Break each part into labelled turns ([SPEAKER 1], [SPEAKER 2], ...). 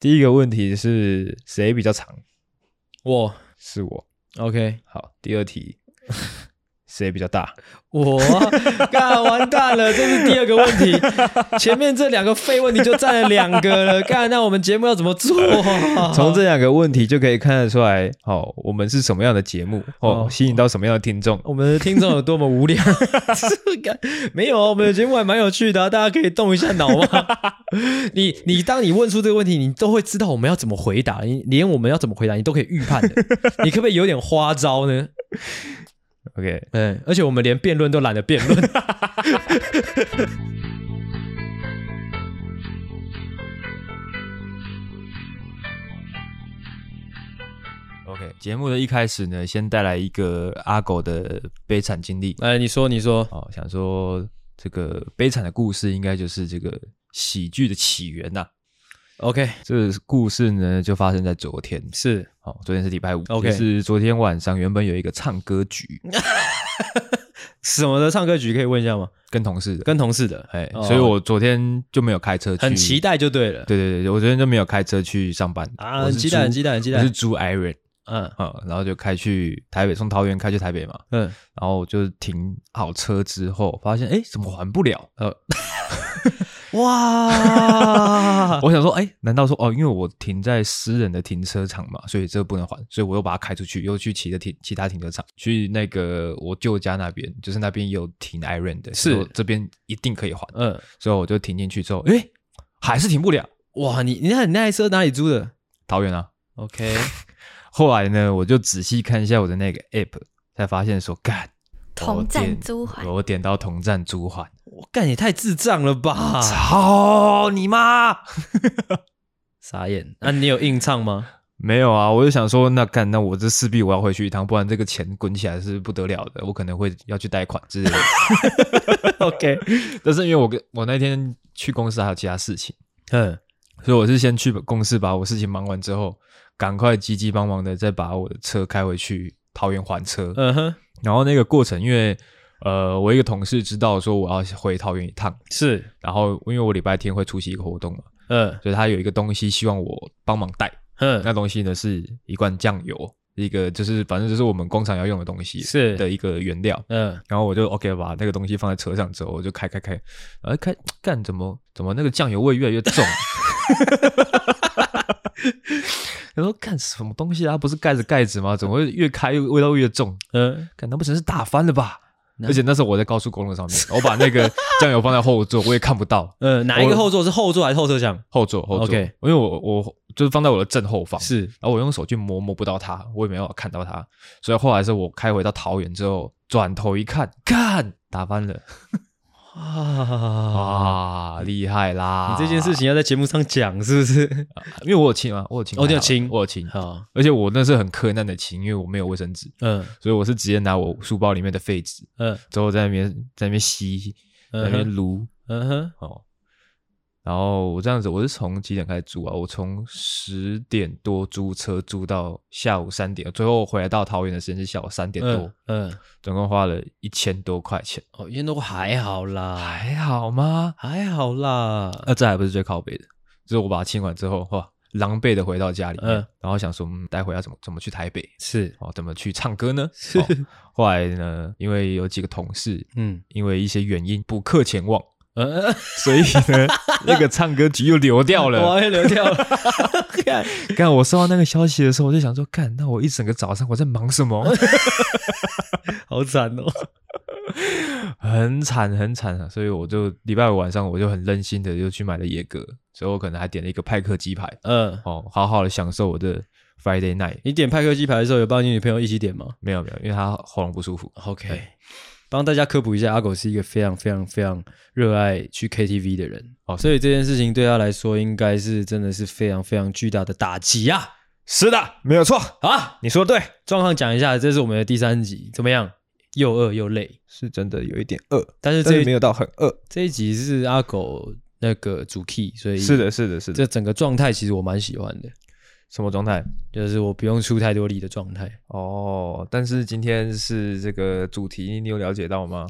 [SPEAKER 1] 第一个问题是谁比较长？
[SPEAKER 2] 我
[SPEAKER 1] 是我。
[SPEAKER 2] OK，
[SPEAKER 1] 好，第二 题，谁比较大？
[SPEAKER 2] 我 干完蛋了，这是第二个问题，前面这两个废问题就占了两个了，干那我们节目要怎么 做、啊？
[SPEAKER 1] 从这两个问题就可以看得出来，哦，我们是什么样的节目，哦，
[SPEAKER 2] 哦
[SPEAKER 1] 吸引到什么样的听众。
[SPEAKER 2] 我们的听众有多么无聊？ 是干没有啊，我们的节目还蛮有趣的啊、大家可以动一下脑嘛。 你你当你问出这个问题，你都会知道我们要怎么回答，你连我们要怎么回答你都可以预判的。 你可不可以有点花招呢？
[SPEAKER 1] OK，
[SPEAKER 2] 嗯，而且我们连辩论都懒得辩论。
[SPEAKER 1] OK，节目的一开始呢，先带来一个阿狗的悲惨经历。
[SPEAKER 2] 哎，你说你说，
[SPEAKER 1] 哦，想说这个悲惨的故事，应该就是这个喜剧的起源呐、
[SPEAKER 2] OK，
[SPEAKER 1] 这个故事呢，就发生在昨天。
[SPEAKER 2] 是
[SPEAKER 1] 哦，昨天是礼拜五
[SPEAKER 2] OK
[SPEAKER 1] 就是昨天晚上原本有一个唱歌局，
[SPEAKER 2] 什么的唱歌局可以问一下吗？
[SPEAKER 1] 跟同事的，
[SPEAKER 2] 跟同事的，
[SPEAKER 1] 哎、
[SPEAKER 2] 哦
[SPEAKER 1] 所以我昨天就没有开车去，
[SPEAKER 2] 很期
[SPEAKER 1] 待。
[SPEAKER 2] 待就对了
[SPEAKER 1] 对对对，我昨天就没有开车去上班
[SPEAKER 2] 啊，
[SPEAKER 1] 我
[SPEAKER 2] 很
[SPEAKER 1] 是
[SPEAKER 2] 期待，
[SPEAKER 1] 租
[SPEAKER 2] 很期待，很期
[SPEAKER 1] 我
[SPEAKER 2] 待
[SPEAKER 1] 是。租 Iron
[SPEAKER 2] 嗯
[SPEAKER 1] 啊、然后就开去台北，从桃园开去台北嘛，
[SPEAKER 2] 嗯，
[SPEAKER 1] 然后我就停好车之后，发现哎，怎么还不了？呃，，
[SPEAKER 2] 哇啊
[SPEAKER 1] 我想说，哎、难道说哦，因为我停在私人的停车场嘛，所以这不能还，所以我又把它开出去，又去其他停其他停车场，去那个我舅家那边，就是那边有停 Iron 的，
[SPEAKER 2] 是
[SPEAKER 1] 我这边一定可以还，
[SPEAKER 2] 嗯，
[SPEAKER 1] 所以我就停进去之后，哎、还是停不了，
[SPEAKER 2] 哇，你你看你那台车哪里租的
[SPEAKER 1] 桃园啊。
[SPEAKER 2] ？OK，
[SPEAKER 1] 后来呢，我就仔细看一下我的那个 app，才发现说，干，
[SPEAKER 3] 同
[SPEAKER 1] 我
[SPEAKER 3] 站
[SPEAKER 1] 点
[SPEAKER 3] 租还，
[SPEAKER 1] 我点到同站租还，
[SPEAKER 2] 我干，你太智障了
[SPEAKER 3] 啊
[SPEAKER 2] 吧！
[SPEAKER 1] 操、你妈！
[SPEAKER 2] 傻眼。那你有硬唱吗？
[SPEAKER 1] 没有啊，我就想说，那干，那我这势必我要回去一趟，不然这个钱滚起来是不得了的，我可能会要去贷款之类的。OK，但是因为我跟我那天去公司还有其他事情，
[SPEAKER 2] 嗯，
[SPEAKER 1] 所以我是先去公司把我事情忙完之后，赶快急急忙忙的再把我的车开回去桃园还车。
[SPEAKER 2] 嗯哼，
[SPEAKER 1] 然后那个过程，因为呃，我一个同事知道说我要回桃园一趟，
[SPEAKER 2] 是，
[SPEAKER 1] 然后因为我礼拜天会出席一个活动嘛，
[SPEAKER 2] 嗯
[SPEAKER 1] 所以他有一个东西希望我帮忙带。
[SPEAKER 2] 嗯，
[SPEAKER 1] 那东西呢是一罐酱油，一个就是反正就是我们工厂要用的东西，
[SPEAKER 2] 是
[SPEAKER 1] 的一个原料。
[SPEAKER 2] 嗯，
[SPEAKER 1] 然后我就 OK 把那个东西放在车上之后，我就开开开，呃开干怎么怎么那个酱油味越来越重。 他说：“干什么东西啊？不是盖着盖子吗？怎么会越开越味道越重？
[SPEAKER 2] 嗯，
[SPEAKER 1] 干那不成是打翻了吧？而且那时候我在高速公路上面，我把那个酱油放在后座，我也看不到
[SPEAKER 2] 嗯，哪一个后座是后座还是后车厢？
[SPEAKER 1] 后座后座
[SPEAKER 2] OK
[SPEAKER 1] 因为我我就是放在我的正后方，
[SPEAKER 2] 是，
[SPEAKER 1] 然后我用手去摸摸不到它，我也没有看到它，所以后来是我开回到桃园之后，转头一看，看打翻了，
[SPEAKER 2] 啊，
[SPEAKER 1] 啊，厉害啦！
[SPEAKER 2] 你这件事，情要在节目上讲是不是？
[SPEAKER 1] 因为我有亲啊，我有亲，
[SPEAKER 2] 哦你有亲
[SPEAKER 1] 我有亲，
[SPEAKER 2] 好，
[SPEAKER 1] 而且我那是很柯南的亲，因为我没有卫生纸，
[SPEAKER 2] 嗯
[SPEAKER 1] 所以我是直接拿我书包里面的废纸，
[SPEAKER 2] 嗯
[SPEAKER 1] 之后在那边在那边吸，在那
[SPEAKER 2] 嗯
[SPEAKER 1] 边
[SPEAKER 2] 哼
[SPEAKER 1] 撸
[SPEAKER 2] 嗯哼，
[SPEAKER 1] 哦。然后我这样子，我是从几点开始租啊？我从十点多租车租到下午三点，最后回来到桃园的时间是下午三点多。
[SPEAKER 2] 嗯嗯，
[SPEAKER 1] 总共花了一千多块钱，
[SPEAKER 2] 哦，运动还好啦，
[SPEAKER 1] 还好吗？
[SPEAKER 2] 还好啦，
[SPEAKER 1] 那、这还不是最靠北的，就是我把它清完之后，哇，狼狈的回到家里面，
[SPEAKER 2] 嗯
[SPEAKER 1] 然后想说，嗯，待会要怎么怎么去台北，
[SPEAKER 2] 是，
[SPEAKER 1] 哦，怎么去唱歌呢？哦、后来呢，因为有几个同事，
[SPEAKER 2] 嗯
[SPEAKER 1] 因为一些原因补课前往，
[SPEAKER 2] 嗯，
[SPEAKER 1] 所以呢，那个唱歌局又流掉了。
[SPEAKER 2] 我要流 掉了，干
[SPEAKER 1] 干，我收到那个消息的时候，我就想说，干，那我一整个早上我在忙什么？
[SPEAKER 2] 好惨哦。
[SPEAKER 1] 很惨很惨啊！所以我就礼拜五晚上我就很任性的就去买了野格，所以我可能还点了一个派克鸡排，
[SPEAKER 2] 嗯，
[SPEAKER 1] 哦，好好的享受我的 Friday night。
[SPEAKER 2] 你点派克鸡排的时候，有帮你女朋友一起点吗
[SPEAKER 1] 没有没有，因为他喉咙不舒服。
[SPEAKER 2] ？OK，帮大家科普一下，阿狗是一个非常非常非常热爱去 KTV 的人，
[SPEAKER 1] 哦
[SPEAKER 2] 所以这件事情对他来说，应该是真的是非常非常巨大的打击啊！
[SPEAKER 1] 是的，没有错。
[SPEAKER 2] 啊，
[SPEAKER 1] 你说对，
[SPEAKER 2] 状况讲一下，这是我们的第三集，怎么样？又饿又累，
[SPEAKER 1] 是真的有一点饿，
[SPEAKER 2] 但是这一
[SPEAKER 1] 有到很饿。
[SPEAKER 2] 这一集是阿狗那个主 key，所以
[SPEAKER 1] 是，的，是的，是的。
[SPEAKER 2] 这整个状态其实我蛮喜欢的，
[SPEAKER 1] 什么状态？
[SPEAKER 2] 就是我不用出太多力的状态。
[SPEAKER 1] 哦，但是今天是这个主题，你有了解到吗？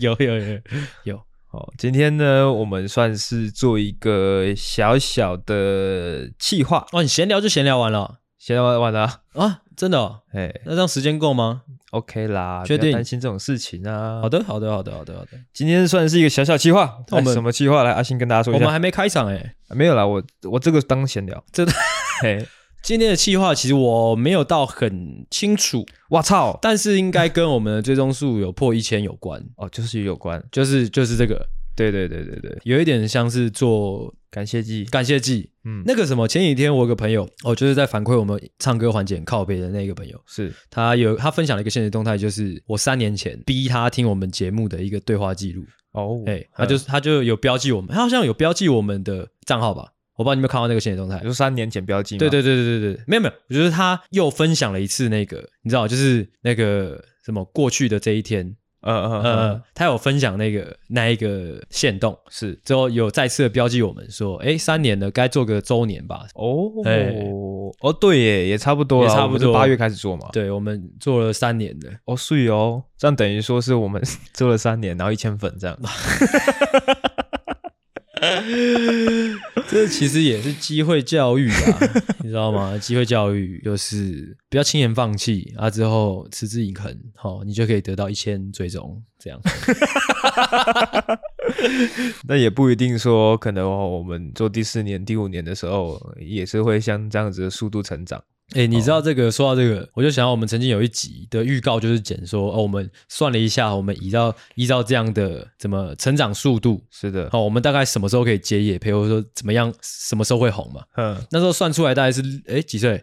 [SPEAKER 2] 有有有有，
[SPEAKER 1] 哦，今天呢，我们算是做一个小小的计划，
[SPEAKER 2] 哦，你闲聊就闲聊完了
[SPEAKER 1] 先玩完了啊，
[SPEAKER 2] 啊？真的、哦？
[SPEAKER 1] 哎
[SPEAKER 2] 那这样时间够吗？
[SPEAKER 1] ，OK 啦，
[SPEAKER 2] 确
[SPEAKER 1] 不要
[SPEAKER 2] 定
[SPEAKER 1] 担心这种事情啊。
[SPEAKER 2] 好，的，好的，好的，好的，好的。
[SPEAKER 1] 今天算是一个小小计划，
[SPEAKER 2] 那我们
[SPEAKER 1] 哎什么计划来？阿星跟大家说
[SPEAKER 2] 我
[SPEAKER 1] 一
[SPEAKER 2] 们
[SPEAKER 1] 下，
[SPEAKER 2] 还没开场哎、
[SPEAKER 1] 没有啦，我我这个当闲聊，
[SPEAKER 2] 这
[SPEAKER 1] 嘿，
[SPEAKER 2] 今天的计划其实我没有到很清楚，
[SPEAKER 1] 我操，
[SPEAKER 2] 但是应该跟我们的追踪数有破一千有关，
[SPEAKER 1] 哦，就是有关，
[SPEAKER 2] 就是就是这个，
[SPEAKER 1] 对对对对对，
[SPEAKER 2] 有一点像是做
[SPEAKER 1] 感谢祭，
[SPEAKER 2] 感谢祭。
[SPEAKER 1] 嗯，
[SPEAKER 2] 那个什么，前几天我有个朋友，哦，就是在反馈我们唱歌环节很靠背的那个朋友，
[SPEAKER 1] 是
[SPEAKER 2] 他有他分享了一个现实动态，就是我三年前逼他听我们节目的一个对话记录，
[SPEAKER 1] 哦，
[SPEAKER 2] 哎、他就他就有标记我们，他好像有标记我们的账号吧，我不知道你有没有看到那个现实动态
[SPEAKER 1] 你。说嗯三年前标记吗，
[SPEAKER 2] 对对对对对对，没有没有，我觉得他又分享了一次那个，你知道，就是那个什么过去的这一天，
[SPEAKER 1] 呃，呃呃
[SPEAKER 2] 呃，他有分享那个那一个线动，
[SPEAKER 1] 是
[SPEAKER 2] 之后有再次的标记我们说，哎，三年了，该做个周年吧。
[SPEAKER 1] 哦
[SPEAKER 2] 哎
[SPEAKER 1] 哦，对耶，也差不多
[SPEAKER 2] 也
[SPEAKER 1] 了，
[SPEAKER 2] 差
[SPEAKER 1] 我们
[SPEAKER 2] 不
[SPEAKER 1] 是
[SPEAKER 2] 多
[SPEAKER 1] 八月开始做嘛，
[SPEAKER 2] 对我们做了三年了，
[SPEAKER 1] 哦，是哦，这样等于说是我们 做了三年，然后一千粉这 样，
[SPEAKER 2] 这其实也是机会教育啊，你知道吗？机会教育就是不要轻言放弃啊，之后持之以恒，好、你就可以得到一千追踪，这样
[SPEAKER 1] 那也不一定说，可能哦我们做第四年、第五年的时候，也是会像这样子的速度成长。
[SPEAKER 2] 哎、你知道这个？说到这个，我就想到我们曾经有一集的预告，就是讲说，哦，我们算了一下，我们依照依照这样的怎么成长速度，
[SPEAKER 1] 是的，
[SPEAKER 2] 好、我们大概什么时候可以接业配，或者说怎么样，什么时候会红嘛？
[SPEAKER 1] 嗯，
[SPEAKER 2] 那时候算出来大概是，哎、几岁？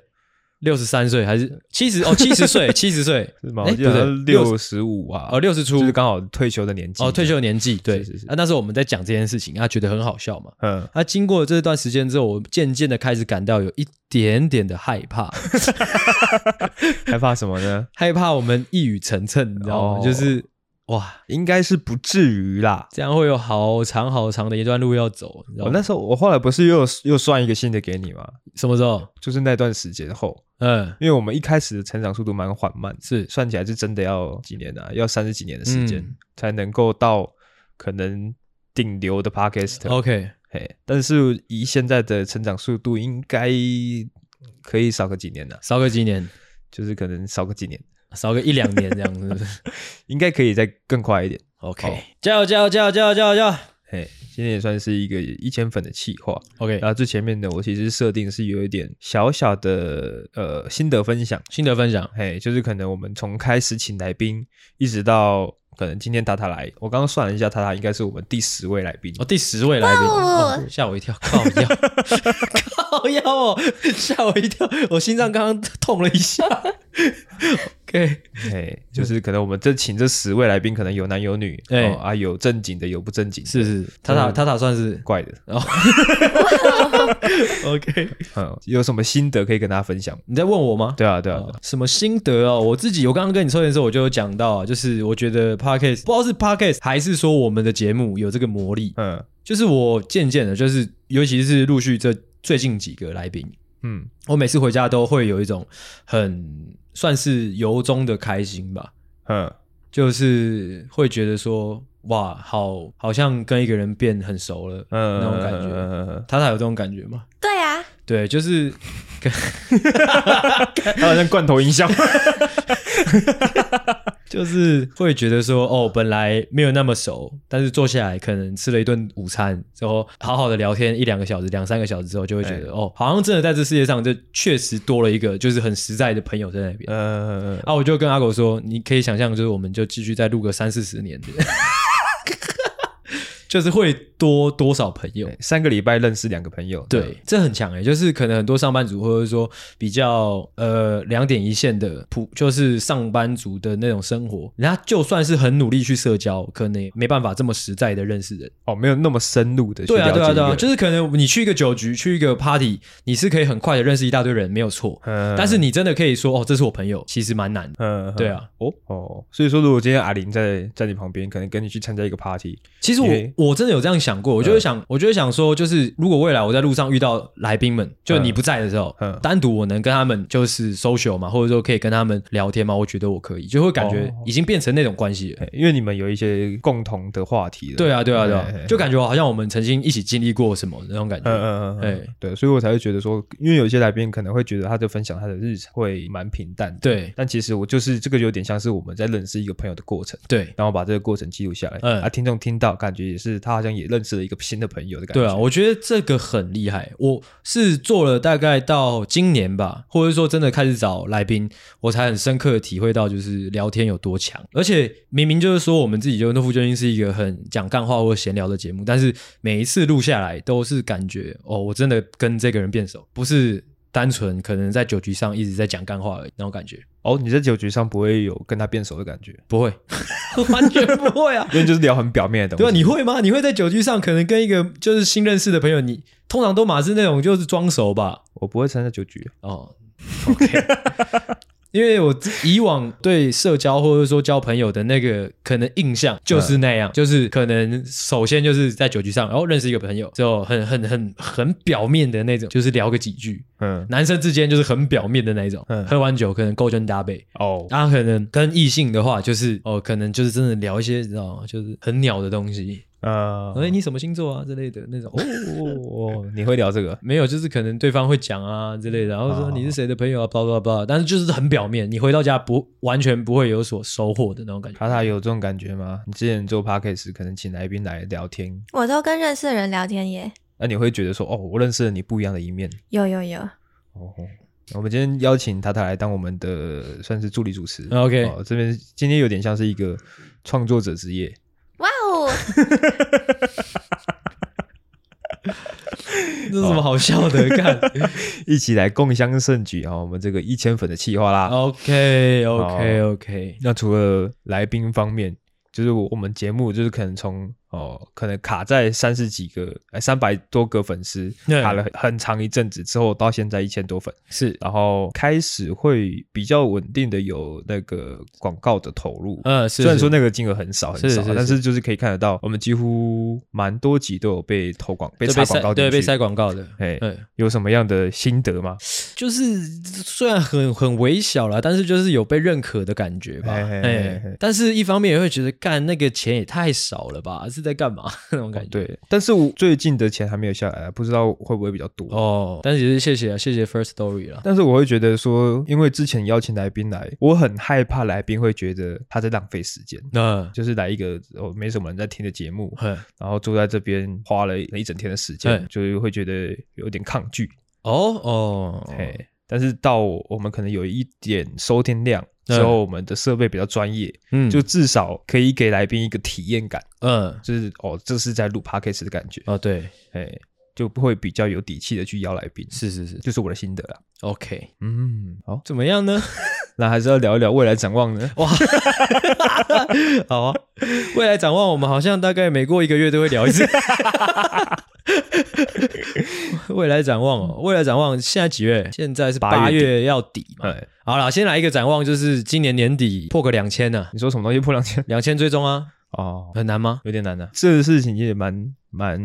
[SPEAKER 2] 六十三岁还是七十？哦，七 十岁，七十岁
[SPEAKER 1] 是吗？
[SPEAKER 2] 哎
[SPEAKER 1] 我记得
[SPEAKER 2] 不对
[SPEAKER 1] 好像六十五啊，
[SPEAKER 2] 哦，六十出
[SPEAKER 1] 就是刚好退休的年纪。
[SPEAKER 2] 哦，退休的年纪，对。
[SPEAKER 1] 是是是
[SPEAKER 2] 啊，那时候我们在讲这件事情，他、啊觉得很好笑嘛。
[SPEAKER 1] 嗯，
[SPEAKER 2] 他、经过这段时间之后，我渐渐的开始感到有一点点的害怕，
[SPEAKER 1] 害怕什么呢？
[SPEAKER 2] 害怕我们一语成谶，你知道吗？
[SPEAKER 1] 哦
[SPEAKER 2] 就是哇，
[SPEAKER 1] 应该是不至于啦。
[SPEAKER 2] 这样会有好长好长的一段路要走，你知道
[SPEAKER 1] 我
[SPEAKER 2] 吗？
[SPEAKER 1] 那时候，我后来不是又有又算一个新的给你吗？
[SPEAKER 2] 什么时候？
[SPEAKER 1] 就是那段时间后，
[SPEAKER 2] 嗯，
[SPEAKER 1] 因为我们一开始的成长速度蛮缓慢，
[SPEAKER 2] 是
[SPEAKER 1] 算起来是真的要几年啊，要三十几年的时间、
[SPEAKER 2] 嗯
[SPEAKER 1] 才能够到可能顶流的 podcast。
[SPEAKER 2] OK，
[SPEAKER 1] 嘿，但是以现在的成长速度，应该可以少个几年呢、啊
[SPEAKER 2] 少个几年，
[SPEAKER 1] 就是可能少个几年，
[SPEAKER 2] 少个一两年这样子。
[SPEAKER 1] 应该可以再更快一点。
[SPEAKER 2] OK，加油加油加油加油加油加油
[SPEAKER 1] 嘿，今天也算是一个一千粉的企划。
[SPEAKER 2] ！OK，、
[SPEAKER 1] 然后最前面的我其实设定是有一点小小的呃心得分享，
[SPEAKER 2] 心得分享，
[SPEAKER 1] 嘿，就是可能我们从开始请来宾，一直到可能今天塔塔来，我刚刚算了一下，塔塔应该是我们第十位来宾。
[SPEAKER 2] 哦，第十位来宾，哦吓、我一跳，靠腰， 靠腰哦，吓我一跳，我心脏刚刚痛了一下。OK，
[SPEAKER 1] 嘿，就是可能我们这请这十位来宾，可能有男有女，
[SPEAKER 2] 哎
[SPEAKER 1] 哦、啊，有正经的，有不正经的，
[SPEAKER 2] 是是，嗯塔塔塔塔算是
[SPEAKER 1] 怪的。
[SPEAKER 2] OK。
[SPEAKER 1] 嗯，有什么心得可以跟大家分享？
[SPEAKER 2] 你在问我吗？
[SPEAKER 1] 对啊，对啊，
[SPEAKER 2] 哦什么心得哦？我自己，我刚刚跟你抽烟的时候，我就有讲到啊，就是我觉得 podcast 不知道是 podcast 还是说我们的节目有这个魔力，
[SPEAKER 1] 对啊
[SPEAKER 2] 就是我渐渐的，就是尤其是陆续这最近几个来宾，
[SPEAKER 1] 嗯嗯
[SPEAKER 2] 我每次回家都会有一种很算是由衷的开心吧，
[SPEAKER 1] 嗯，
[SPEAKER 2] 就是会觉得说哇，好，好像跟一个人变很熟了，
[SPEAKER 1] 嗯
[SPEAKER 2] 那种感觉
[SPEAKER 1] 觉。
[SPEAKER 2] 他才有这种感觉吗？
[SPEAKER 3] 对啊，
[SPEAKER 2] 对，就是
[SPEAKER 1] 他好像罐头音效。
[SPEAKER 2] 就是会觉得说，哦，本来没有那么熟，但是坐下来可能吃了一顿午餐之后，好好的聊天一两个小时、两三个小时之后，就会觉
[SPEAKER 1] 哎
[SPEAKER 2] 得，哦，好像真的在这世界上，就确实多了一个就是很实在的朋友在那边。
[SPEAKER 1] 呃，
[SPEAKER 2] 啊，我就跟阿狗说，你可以想象，就是我们就继续再录个三四十年， 就是会多多少朋友。
[SPEAKER 1] 三个礼拜认识两个朋友。
[SPEAKER 2] 对，这很强诶、欸就是可能很多上班族，或者说比较呃两点一线的普，就是上班族的那种生活，人家就算是很努力去社交，可能也没办法这么实在的认识人。
[SPEAKER 1] 哦，没有那么深入的去
[SPEAKER 2] 对啊，
[SPEAKER 1] 了解一
[SPEAKER 2] 对
[SPEAKER 1] 个
[SPEAKER 2] 啊，
[SPEAKER 1] 人。
[SPEAKER 2] 对啊，就是可能你去一个酒局，去一个 party，你是可以很快的认识一大堆人，没有错。
[SPEAKER 1] 嗯，
[SPEAKER 2] 但是你真的可以说哦，这是我朋友，其实蛮难的。
[SPEAKER 1] 嗯，嗯
[SPEAKER 2] 对，啊，
[SPEAKER 1] 哦哦，所以说如果今天阿林在在你旁边，可能跟你去参加一个 party，
[SPEAKER 2] 其实
[SPEAKER 1] 因为
[SPEAKER 2] 我我真的有这样想过，我
[SPEAKER 1] 嗯
[SPEAKER 2] 就会想，我就会想说，就是如果未来我在路上遇到来宾们，就你不在的时候，
[SPEAKER 1] 嗯嗯
[SPEAKER 2] 单独我能跟他们就是 social 嘛，或者说可以跟他们聊天嘛，我觉得我可以，就会感觉
[SPEAKER 1] 哦
[SPEAKER 2] 已经变成那种关系了。
[SPEAKER 1] 嘿因为你们有一些共同的话题了。
[SPEAKER 2] 哎对啊，对啊，对啊
[SPEAKER 1] 嘿嘿，
[SPEAKER 2] 就感觉好像我们曾经一起经历过什么那种感觉。
[SPEAKER 1] 嗯嗯嗯嗯
[SPEAKER 2] 哎，
[SPEAKER 1] 对，所以我才会觉得说，因为有些来宾可能会觉得他就分享他的日常会蛮平淡的，
[SPEAKER 2] 对
[SPEAKER 1] 但其实我就是这个有点像是我们在认识一个朋友的过程，
[SPEAKER 2] 对
[SPEAKER 1] 然后把这个过程记录下来，
[SPEAKER 2] 嗯
[SPEAKER 1] 啊，听众听到感觉也是他好像也认识了一个新的朋友的感觉，
[SPEAKER 2] 对啊，我觉得这个很厉害。我是做了大概到今年吧，或者说真的开始找来宾，我才很深刻的体会到，就是聊天有多强。而且明明就是说我们自己就诺夫究竟是一个很讲干话或闲聊的节目，但是每一次录下来都是感觉哦，我真的跟这个人变熟，不是单纯可能在酒局上一直在讲干话而已那种感觉。
[SPEAKER 1] 哦，你在酒局上不会有跟他变熟的感觉，
[SPEAKER 2] 不会，完全不会啊！
[SPEAKER 1] 因为就是聊很表面的东
[SPEAKER 2] 对啊，
[SPEAKER 1] 西，
[SPEAKER 2] 你会吗？你会在酒局上可能跟一个就是新认识的朋友，你通常都嘛是那种就是装熟吧？
[SPEAKER 1] 我不会参加酒局，
[SPEAKER 2] 哦，OK，因为我之以往对社交或者说交朋友的那个可能印象就是那样，就是可能首先就是在酒局上，然后认识一个朋友之后，很很很很表面的那种，就是聊个几句，
[SPEAKER 1] 嗯，
[SPEAKER 2] 男生之间就是很表面的那一种，
[SPEAKER 1] 嗯
[SPEAKER 2] 喝完酒可能勾肩搭背，
[SPEAKER 1] 哦，
[SPEAKER 2] 他、啊可能跟异性的话，就是哦，可能就是真的聊一些，你知道吗？就是很鸟的东西。
[SPEAKER 1] 呃
[SPEAKER 2] 哎、，你什么星座啊之类的那种。哦，
[SPEAKER 1] 哦，你会聊这个，
[SPEAKER 2] 没有，就是可能对方会讲啊之类的，然后
[SPEAKER 1] 好好
[SPEAKER 2] 说
[SPEAKER 1] 好
[SPEAKER 2] 你是谁的朋友啊，巴拉巴拉。但是就是很表面，你回到家不完全不会有所收获的那种感觉。
[SPEAKER 1] 塔塔有这种感觉吗？你之前做 podcast 可能请来宾来聊天，
[SPEAKER 3] 我都跟认识的人聊天耶，
[SPEAKER 1] 那你会觉得说，哦，我认识了你不一样的一面。
[SPEAKER 3] 有有有，
[SPEAKER 1] 哦，我们今天邀请塔塔来当我们的算是助理主持。
[SPEAKER 2] OK
[SPEAKER 1] 哦、这边今天有点像是一个创作者职业，
[SPEAKER 3] 哇 哦，
[SPEAKER 2] 这是什么好笑的？
[SPEAKER 1] 哦
[SPEAKER 2] 看
[SPEAKER 1] 一起来共襄盛举啊、哦！我们这个一千粉的企划啦。
[SPEAKER 2] ，OK OK OK，
[SPEAKER 1] 那除了来宾方面，就是我我们节目就是可能从哦，可能卡在三十几个，哎，三百多个粉丝，
[SPEAKER 2] 对
[SPEAKER 1] 卡了很很长一阵子之后，到现在一千多粉，
[SPEAKER 2] 是
[SPEAKER 1] 然后开始会比较稳定的有那个广告的投入，
[SPEAKER 2] 嗯，是
[SPEAKER 1] 虽然
[SPEAKER 2] 是
[SPEAKER 1] 说那个金额很少很少，啊
[SPEAKER 2] 是是是
[SPEAKER 1] 但是就是可以看得到，我们几乎蛮多集都有被投广被
[SPEAKER 2] 就
[SPEAKER 1] 插广告
[SPEAKER 2] 塞对
[SPEAKER 1] 进
[SPEAKER 2] 被
[SPEAKER 1] 去。
[SPEAKER 2] 塞广告的，
[SPEAKER 1] 哎
[SPEAKER 2] 嗯。
[SPEAKER 1] 有什么样的心得吗？
[SPEAKER 2] 就是虽然很很微小啦，但是就是有被认可的感觉吧。
[SPEAKER 1] 嘿嘿
[SPEAKER 2] 哎、
[SPEAKER 1] 嘿嘿
[SPEAKER 2] 但是一方面也会觉得，干那个钱也太少了吧，是在干嘛那种感觉。
[SPEAKER 1] 对，但是我最近的钱还没有下来啊，不知道会不会比较多。
[SPEAKER 2] 哦，但是也是谢谢啊，谢谢 First Story 啦。
[SPEAKER 1] 但是我会觉得说，因为之前邀请来宾来，我很害怕来宾会觉得他在浪费时间，
[SPEAKER 2] 那
[SPEAKER 1] 就是来一个哦没什么人在听的节目，
[SPEAKER 2] 很
[SPEAKER 1] 然后坐在这边花了一整天的时间
[SPEAKER 2] 嘿，
[SPEAKER 1] 就是会觉得有点抗拒。
[SPEAKER 2] 哦哦，
[SPEAKER 1] 嘿，但是到我们可能有一点收听量之后，我们的设备比较专业，
[SPEAKER 2] 嗯
[SPEAKER 1] 就至少可以给来宾一个体验感，
[SPEAKER 2] 嗯
[SPEAKER 1] 就是哦，这是在录 podcast 的感觉，
[SPEAKER 2] 哦对，
[SPEAKER 1] 哎，就不会比较有底气的去邀来宾，
[SPEAKER 2] 是是是
[SPEAKER 1] 就是我的心得啦。
[SPEAKER 2] ，OK，
[SPEAKER 1] 嗯，好，
[SPEAKER 2] 怎么样呢？
[SPEAKER 1] 那还是要聊一聊未来展望呢。
[SPEAKER 2] 好啊，未来展望，我们好像大概每过一个月都会聊 一次。未来展望哦，未来展望，现在几月？现在是
[SPEAKER 1] 八
[SPEAKER 2] 八
[SPEAKER 1] 月底
[SPEAKER 2] 月要底嗯嘛。
[SPEAKER 1] 哎，
[SPEAKER 2] 好啦，先来一个展望，就是今年年底破个两千呢，
[SPEAKER 1] 你说什么东西破两千？
[SPEAKER 2] 两千追踪啊，
[SPEAKER 1] 哦，
[SPEAKER 2] 很难啊吗？
[SPEAKER 1] 有点难呢、这个事情也蛮蛮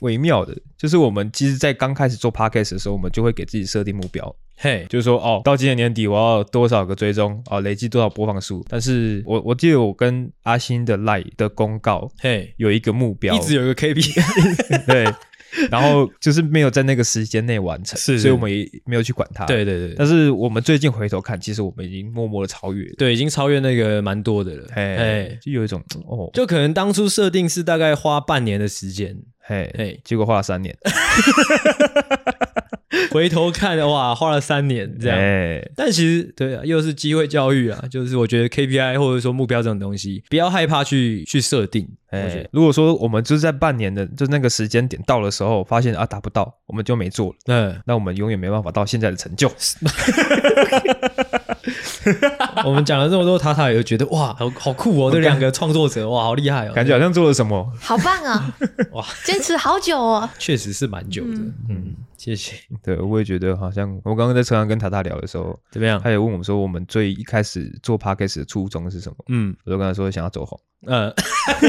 [SPEAKER 1] 微妙的，就是我们其实，在刚开始做 podcast 的时候，我们就会给自己设定目标，
[SPEAKER 2] 嘿，
[SPEAKER 1] 就是说哦，到今年年底我要多少个追踪哦，累积多少播放数。但是我我记得我跟阿星的 Line 的公告
[SPEAKER 2] 嘿，
[SPEAKER 1] 有一个目标，
[SPEAKER 2] 一直有一个 KB，
[SPEAKER 1] 对，然后就是没有在那个时间内完 成，
[SPEAKER 2] 是
[SPEAKER 1] 所以我们也没有去管它。。
[SPEAKER 2] 对对对
[SPEAKER 1] 但是我们最近回头看，其实我们已经默默的超越了，
[SPEAKER 2] 对，已经超越那个蛮多的了，
[SPEAKER 1] 嘿
[SPEAKER 2] 嘿，，
[SPEAKER 1] 就有一种哦，
[SPEAKER 2] 就可能当初设定是大概花半年的时间，
[SPEAKER 1] 嘿，
[SPEAKER 2] 嘿，
[SPEAKER 1] 结果花了三年，
[SPEAKER 2] 回头看哇，花了三年这样。
[SPEAKER 1] 哎，
[SPEAKER 2] 但其实对啊，又是机会教育啊，就是我觉得 KPI 或者说目标这种东西，不要害怕去去设定。我觉
[SPEAKER 1] 哎
[SPEAKER 2] 得，
[SPEAKER 1] 如果说我们就是在半年的，就那个时间点到的时候，发现啊达不到，我们就没做了，
[SPEAKER 2] 嗯，
[SPEAKER 1] 那我们永远没办法到现在的成就。
[SPEAKER 2] 我们讲了这么多，塔塔也就觉得哇，好好酷哦，这两个创作者哇，好厉害哦，
[SPEAKER 1] 感觉好像做了什么，
[SPEAKER 3] 好棒啊、哦！
[SPEAKER 2] 哇，
[SPEAKER 3] 坚持好久哦，
[SPEAKER 2] 确实是蛮久的。
[SPEAKER 3] 嗯
[SPEAKER 2] 嗯，谢谢。
[SPEAKER 1] 对，我也觉得好像我刚刚在车上跟塔塔聊的时候，
[SPEAKER 2] 怎么样
[SPEAKER 1] 他？也问我们说，我们最一开始做 podcast 的初衷是什么？
[SPEAKER 2] 嗯
[SPEAKER 1] 我就跟他说想要走红，
[SPEAKER 2] 呃，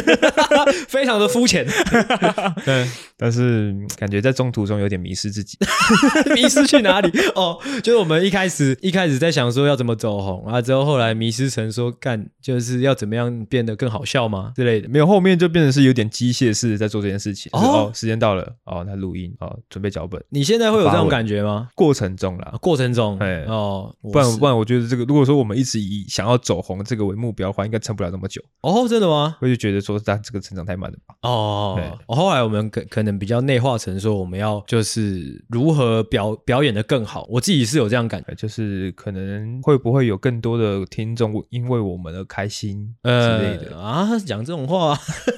[SPEAKER 2] 非常的肤浅，
[SPEAKER 1] 但但是嗯感觉在中途中有点迷失自己。
[SPEAKER 2] 迷失去哪里？哦，就是我们一开始一开始在想说要怎么走红啊，之后后来迷失成说干就是要怎么样变得更好笑嘛之类的。
[SPEAKER 1] 没有，后面就变成是有点机械式在做这件事情。就是
[SPEAKER 2] 哦
[SPEAKER 1] 哦，时间到了，哦，那录音，哦，准备脚本，
[SPEAKER 2] 你现在会有这
[SPEAKER 1] 发
[SPEAKER 2] 种
[SPEAKER 1] 文
[SPEAKER 2] 感觉吗？
[SPEAKER 1] 过程中啦
[SPEAKER 2] 啊，。过程中，
[SPEAKER 1] 哎
[SPEAKER 2] 哦，我
[SPEAKER 1] 不然
[SPEAKER 2] 是
[SPEAKER 1] 不然，我觉得这个如果说我们一直以想要走红这个为目标的话，应该撑不了那么久。
[SPEAKER 2] 哦，真的吗？
[SPEAKER 1] 我就觉得说，但这个成长太慢了吧？
[SPEAKER 2] 哦
[SPEAKER 1] 对，
[SPEAKER 2] 哦后来我们可可能比较内化成说，我们要就是如何表表演的更好。我自己是有这样感觉，
[SPEAKER 1] 呃就是可能会不会有更多的听众因为我们而开心之类的？
[SPEAKER 2] 啊，讲这种话、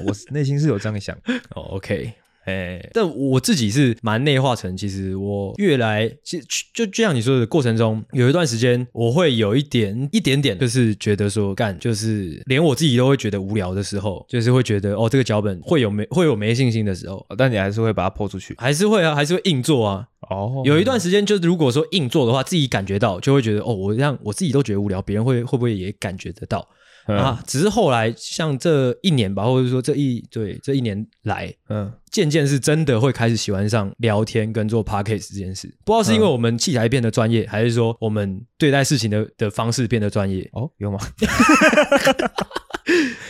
[SPEAKER 1] 我内心是有这样想。
[SPEAKER 2] 哦、，OK。
[SPEAKER 1] 哎，
[SPEAKER 2] 但我自己是蛮内化成，其实我越来，其实就就像你说的过程中，有一段时间我会有一点一点点，就是觉得说干，就是连我自己都会觉得无聊的时候，就是会觉得哦，这个脚本会有没会有没信心的时候，
[SPEAKER 1] 哦但你还是会把它抛出去。
[SPEAKER 2] 还是会啊，还是会硬做啊，
[SPEAKER 1] 哦
[SPEAKER 2] 有一段时间，就是如果说硬做的话，自己感觉到就会觉得哦，我让我自己都觉得无聊，别人会会不会也感觉得到、
[SPEAKER 1] 嗯
[SPEAKER 2] 啊？只是后来像这一年吧，或者说这一对这一年来，
[SPEAKER 1] 嗯，
[SPEAKER 2] 渐渐是真的会开始喜欢上聊天跟做 podcast 这件事。不知道是因为我们器材变得专业，还是说我们对待事情的的方式变得专业，
[SPEAKER 1] 哦，有吗？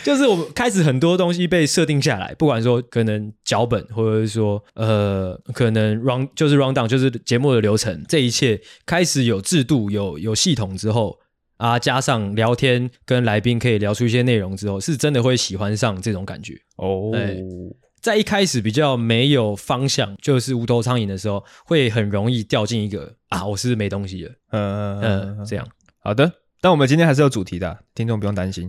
[SPEAKER 2] 就是我们开始很多东西被设定下来，不管说可能脚本，或者是说呃，可能 round 就是 round down，就是节目的流程，这一切开始有制度、有有系统之后啊，加上聊天跟来宾可以聊出一些内容之后，是真的会喜欢上这种感觉。
[SPEAKER 1] 哦
[SPEAKER 2] 哎在一开始比较没有方向，就是无头苍蝇的时候，会很容易掉进一个啊，我是不是没东西了，
[SPEAKER 1] 嗯
[SPEAKER 2] 嗯、这样。
[SPEAKER 1] 好的。但我们今天还是有主题的啊，听众不用担心。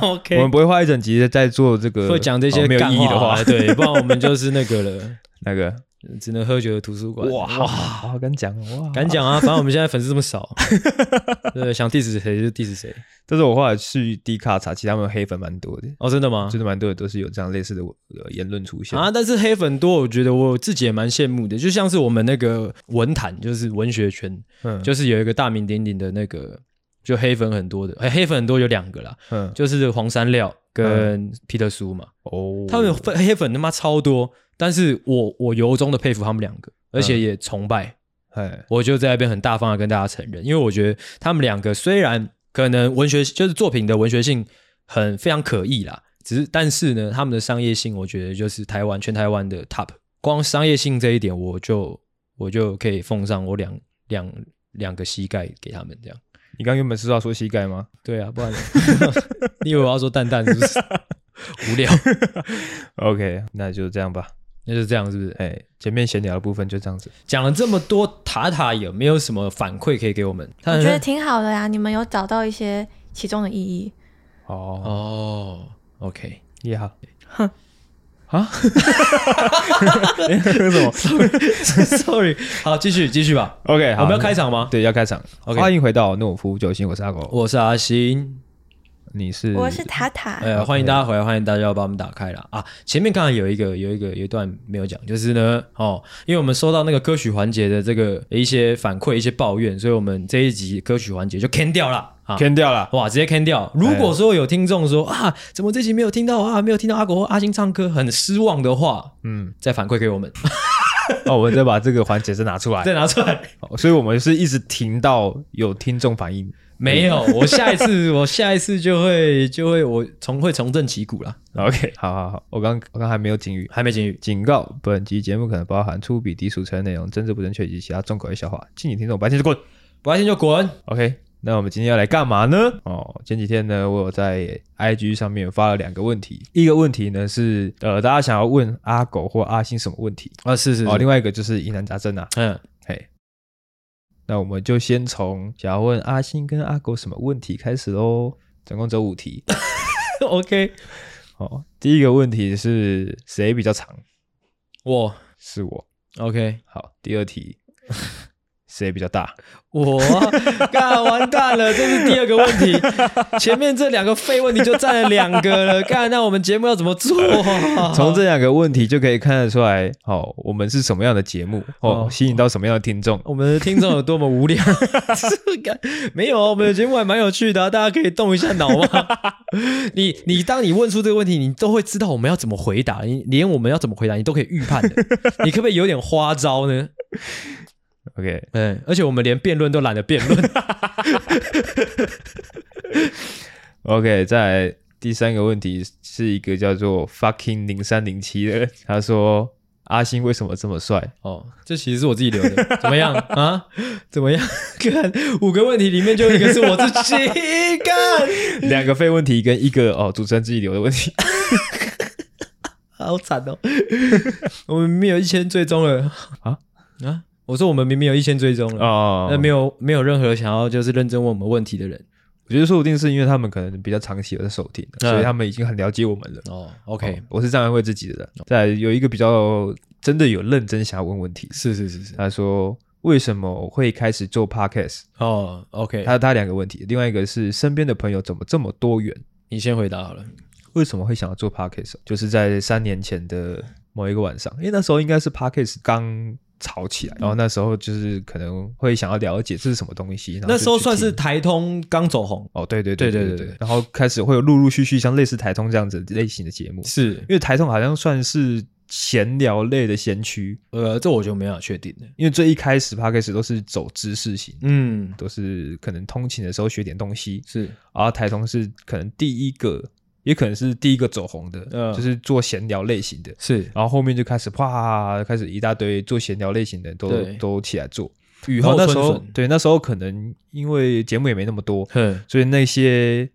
[SPEAKER 2] OK，
[SPEAKER 1] 我们不会花一整集在做这个
[SPEAKER 2] 会讲这些
[SPEAKER 1] 哦没有
[SPEAKER 2] 干
[SPEAKER 1] 意义的话
[SPEAKER 2] 话，。对，不然我们就是那个了。
[SPEAKER 1] 那个
[SPEAKER 2] 只能喝酒的图书馆。
[SPEAKER 1] 哇哇，敢讲哦哇，
[SPEAKER 2] 敢！讲啊！反正我们现在粉丝这么 少，对，想 diss 谁就 diss 谁。
[SPEAKER 1] 但是我后来去 D 卡查，其实他们黑粉蛮多的，
[SPEAKER 2] 哦，真的吗？
[SPEAKER 1] 真的蛮多的都是有这样类似的呃言论出现
[SPEAKER 2] 啊，但是黑粉多，我觉得我自己也蛮羡慕的。就像是我们那个文坛，就是文学圈，
[SPEAKER 1] 嗯
[SPEAKER 2] 就是有一个大名鼎鼎的那个，就黑粉很多的，哎，黑粉很多有两个啦，
[SPEAKER 1] 嗯
[SPEAKER 2] 就是黄山料跟 Peter 苏嘛，
[SPEAKER 1] 哦，
[SPEAKER 2] 他们粉黑粉他妈超多，但是我我由衷的佩服他们两个，而且也崇拜。
[SPEAKER 1] 哎
[SPEAKER 2] 我就在那边很大方的跟大家承认，因为我觉得他们两个虽然可能文学就是作品的文学性很非常可疑啦，只是但是呢，他们的商业性我觉得就是台湾全台湾的 top，光商业性这一点我就我就可以奉上我两两两个膝盖给他们这样。
[SPEAKER 1] 你刚原本是要说膝盖吗？
[SPEAKER 2] 对啊，不然呢 你以为我要说蛋蛋是 不是？无聊，
[SPEAKER 1] OK，那就这样吧。
[SPEAKER 2] 那就这样是不是？
[SPEAKER 1] 哎，前面闲聊的部分就这样子。
[SPEAKER 2] 讲了这么多，塔塔有没有什么反馈可以给我们？他
[SPEAKER 3] 我觉得挺好的呀、你们有找到一些其中的意义。
[SPEAKER 1] 哦，
[SPEAKER 2] 哦，OK，
[SPEAKER 1] 也好。啊？什么
[SPEAKER 2] Sorry，好，继续继续吧。
[SPEAKER 1] ？OK，好，
[SPEAKER 2] 我们要开场吗？，
[SPEAKER 1] 对，要开场。
[SPEAKER 2] OK
[SPEAKER 1] 欢迎回到那我服务九星，我是阿狗，
[SPEAKER 2] 我是阿星，
[SPEAKER 1] 你是
[SPEAKER 3] 我是塔塔，
[SPEAKER 2] 呃，欢迎大家回来，欢迎大家要把我们打开了啊！前面刚才有一个有一个有一段没有讲，就是呢，哦，因为我们收到那个歌曲环节的这个一些反馈、一些抱怨，所以我们这一集歌曲环节就 can 掉了啊。
[SPEAKER 1] 偏掉了。
[SPEAKER 2] 哇，直接 can 掉！如果说有听众说啊，怎么这集没有听到啊，没有听到阿狗或阿星唱歌，很失望的话，
[SPEAKER 1] 嗯，
[SPEAKER 2] 再反馈给我们，
[SPEAKER 1] 那我们再把这个环节再拿出来。
[SPEAKER 2] 再拿出 来。
[SPEAKER 1] 哦所以我们是一直停到有听众反应。
[SPEAKER 2] 没有，我下一次， 我下一次就会就会我重会重振旗鼓啦。
[SPEAKER 1] OK，好好好，我刚我刚还没有警语。
[SPEAKER 2] 还没进去，
[SPEAKER 1] 警告：本集节目可能包含粗鄙、低俗、成人内容、政治不正确以及其他重口味笑话，敬请听众白天就滚。
[SPEAKER 2] 不爱听就滚。
[SPEAKER 1] OK，那我们今天要来干嘛呢？哦，前几天呢，我有在 IG 上面发了两个问题，一个问题呢是呃，大家想要问阿狗或阿星什么问题？
[SPEAKER 2] 啊，是是
[SPEAKER 1] 哦，另外一个就是疑难杂症啊。
[SPEAKER 2] 嗯，
[SPEAKER 1] 嘿，那我们就先从想要问阿星跟阿狗什么问题开始喽。总共只有五题
[SPEAKER 2] OK，
[SPEAKER 1] 哦。第一个问题是谁比较长？
[SPEAKER 2] 我
[SPEAKER 1] 是我。
[SPEAKER 2] OK，
[SPEAKER 1] 好，第二题，谁比较大？
[SPEAKER 2] 我 干完蛋了，这是第二个问 题，前面这两个废问题就占了两个了，干那我们节目要怎么 做、啊？
[SPEAKER 1] 从这两个问题就可以看得出来，哦，我们是什么样的节目，哦
[SPEAKER 2] 哦，
[SPEAKER 1] 吸引到什么样的听众。
[SPEAKER 2] 我们的听众有多么无聊？是干没有啊，我们的节目还蛮有趣的啊、大家可以动一下脑嘛。 你你当你问出这个问题，你都会知道我们要怎么回答，你连我们要怎么回答，你都可以预判的。你可不可以有点花招呢？
[SPEAKER 1] OK，
[SPEAKER 2] 嗯，而且我们连辩论都懒得辩论。
[SPEAKER 1] OK，再来第三个问题是一个叫做 fucking 零三零七的人，他说阿星为什么这么 帅？
[SPEAKER 2] 哦，这其实是我自己留的，怎么样啊？怎么样？看五个问题里面就有一个是我自己干，
[SPEAKER 1] 两个废问题跟一个哦主持人自己留的问 题。
[SPEAKER 2] 好惨哦！我们明明有一千追踪了
[SPEAKER 1] 啊
[SPEAKER 2] 啊！我说我们明明有一千追踪了，
[SPEAKER 1] 哦，
[SPEAKER 2] 那没
[SPEAKER 1] 有，
[SPEAKER 2] 有没有任何想要就是认真问我们问题的人
[SPEAKER 1] 我觉得说不定是因为他们可能比较长期有在收听，
[SPEAKER 2] 嗯
[SPEAKER 1] 所以他们已经很了解我们了。
[SPEAKER 2] 哦。OK，
[SPEAKER 1] 哦我是这样安慰自己的啦。再来有一个比较真的有认真想要问问题，
[SPEAKER 2] 是是是是，
[SPEAKER 1] 他说为什么会开始做 podcast？
[SPEAKER 2] 哦，OK，
[SPEAKER 1] 他他两个问题，另外一个是身边的朋友怎么这么多元？
[SPEAKER 2] 你先回答好了。
[SPEAKER 1] 为什么会想要做 podcast？就是在三年前的某一个晚上，因为那时候应该是 podcast 刚炒起
[SPEAKER 2] 嗯
[SPEAKER 1] 来，然后那时候就是可能会想要了解这是什么东西。然后就
[SPEAKER 2] 那时候
[SPEAKER 1] 去
[SPEAKER 2] 算是
[SPEAKER 1] 听
[SPEAKER 2] 台通刚走红，
[SPEAKER 1] 哦，对对对对
[SPEAKER 2] 对对
[SPEAKER 1] 对
[SPEAKER 2] 对
[SPEAKER 1] 对
[SPEAKER 2] 对，
[SPEAKER 1] 然后开始会有陆陆续续像类似台通这样子类型的节目，
[SPEAKER 2] 是
[SPEAKER 1] 因为台通好像算是闲聊类的先驱，
[SPEAKER 2] 呃，这我就没有确定的。
[SPEAKER 1] 因为最一开始 podcast 都是走知识型。
[SPEAKER 2] 嗯，
[SPEAKER 1] 都是可能通勤的时候学点东西，
[SPEAKER 2] 是
[SPEAKER 1] 然后台通是可能第一个，也可能是第一个走红的，
[SPEAKER 2] 嗯
[SPEAKER 1] 就是做闲聊类型的。
[SPEAKER 2] 是，
[SPEAKER 1] 然后后面就开始啪，开始一大堆做闲聊类型的都
[SPEAKER 2] 对
[SPEAKER 1] 都起来做。
[SPEAKER 2] 雨
[SPEAKER 1] 然后
[SPEAKER 2] 后
[SPEAKER 1] 那
[SPEAKER 2] 春
[SPEAKER 1] 时候
[SPEAKER 2] 笋。
[SPEAKER 1] 对那时候可能因为节目也没那么多，
[SPEAKER 2] 嗯
[SPEAKER 1] 所以那些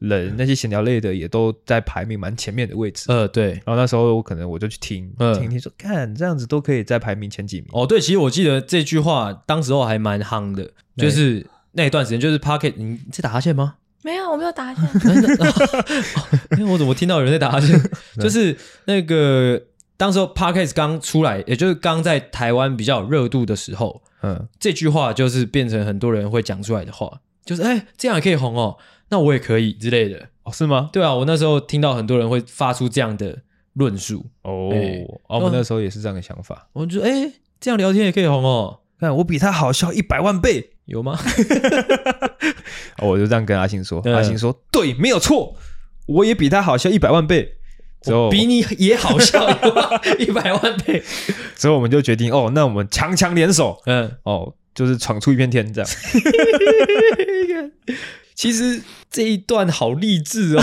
[SPEAKER 1] 人那些闲聊类的也都在排名蛮前面的位置。
[SPEAKER 2] 呃，对，
[SPEAKER 1] 然后那时候可能我就去听
[SPEAKER 2] 嗯
[SPEAKER 1] 听听说，看这样子都可以在排名前几名。
[SPEAKER 2] 哦，对，其实我记得这句话当时候还蛮夯的，就是那一段时间，就是 Pocket，你在打哈欠 吗？
[SPEAKER 3] 没有，我没有 打下。
[SPEAKER 2] 因为我怎么听到有人在打 哈欠？就是那个当时候 Pocket 刚出来，也就是刚在台湾比较有热度的时候，
[SPEAKER 1] 嗯，
[SPEAKER 2] 这句话就是变成很多人会讲出来的话，就是哎、这样也可以红哦，那我也可以之类的。
[SPEAKER 1] 哦是吗？
[SPEAKER 2] 对啊，我那时候听到很多人会发出这样的论述，
[SPEAKER 1] 哦
[SPEAKER 2] 哎，
[SPEAKER 1] 哦我们那时候也是这样的想法。
[SPEAKER 2] 我就哎、这样聊天也可以红哦，
[SPEAKER 1] 看我比他好笑一百万倍，
[SPEAKER 2] 有 吗？
[SPEAKER 1] 哦，我就这样跟阿信说，
[SPEAKER 2] 嗯
[SPEAKER 1] 阿信说对，没有错，我也比他好笑一百万倍。之后
[SPEAKER 2] 比你也好笑，一百万倍。
[SPEAKER 1] 之后我们就决定，哦，那我们强强联手，
[SPEAKER 2] 嗯，
[SPEAKER 1] 哦，就是闯出一片天这样。
[SPEAKER 2] 其实这一段好励志哦，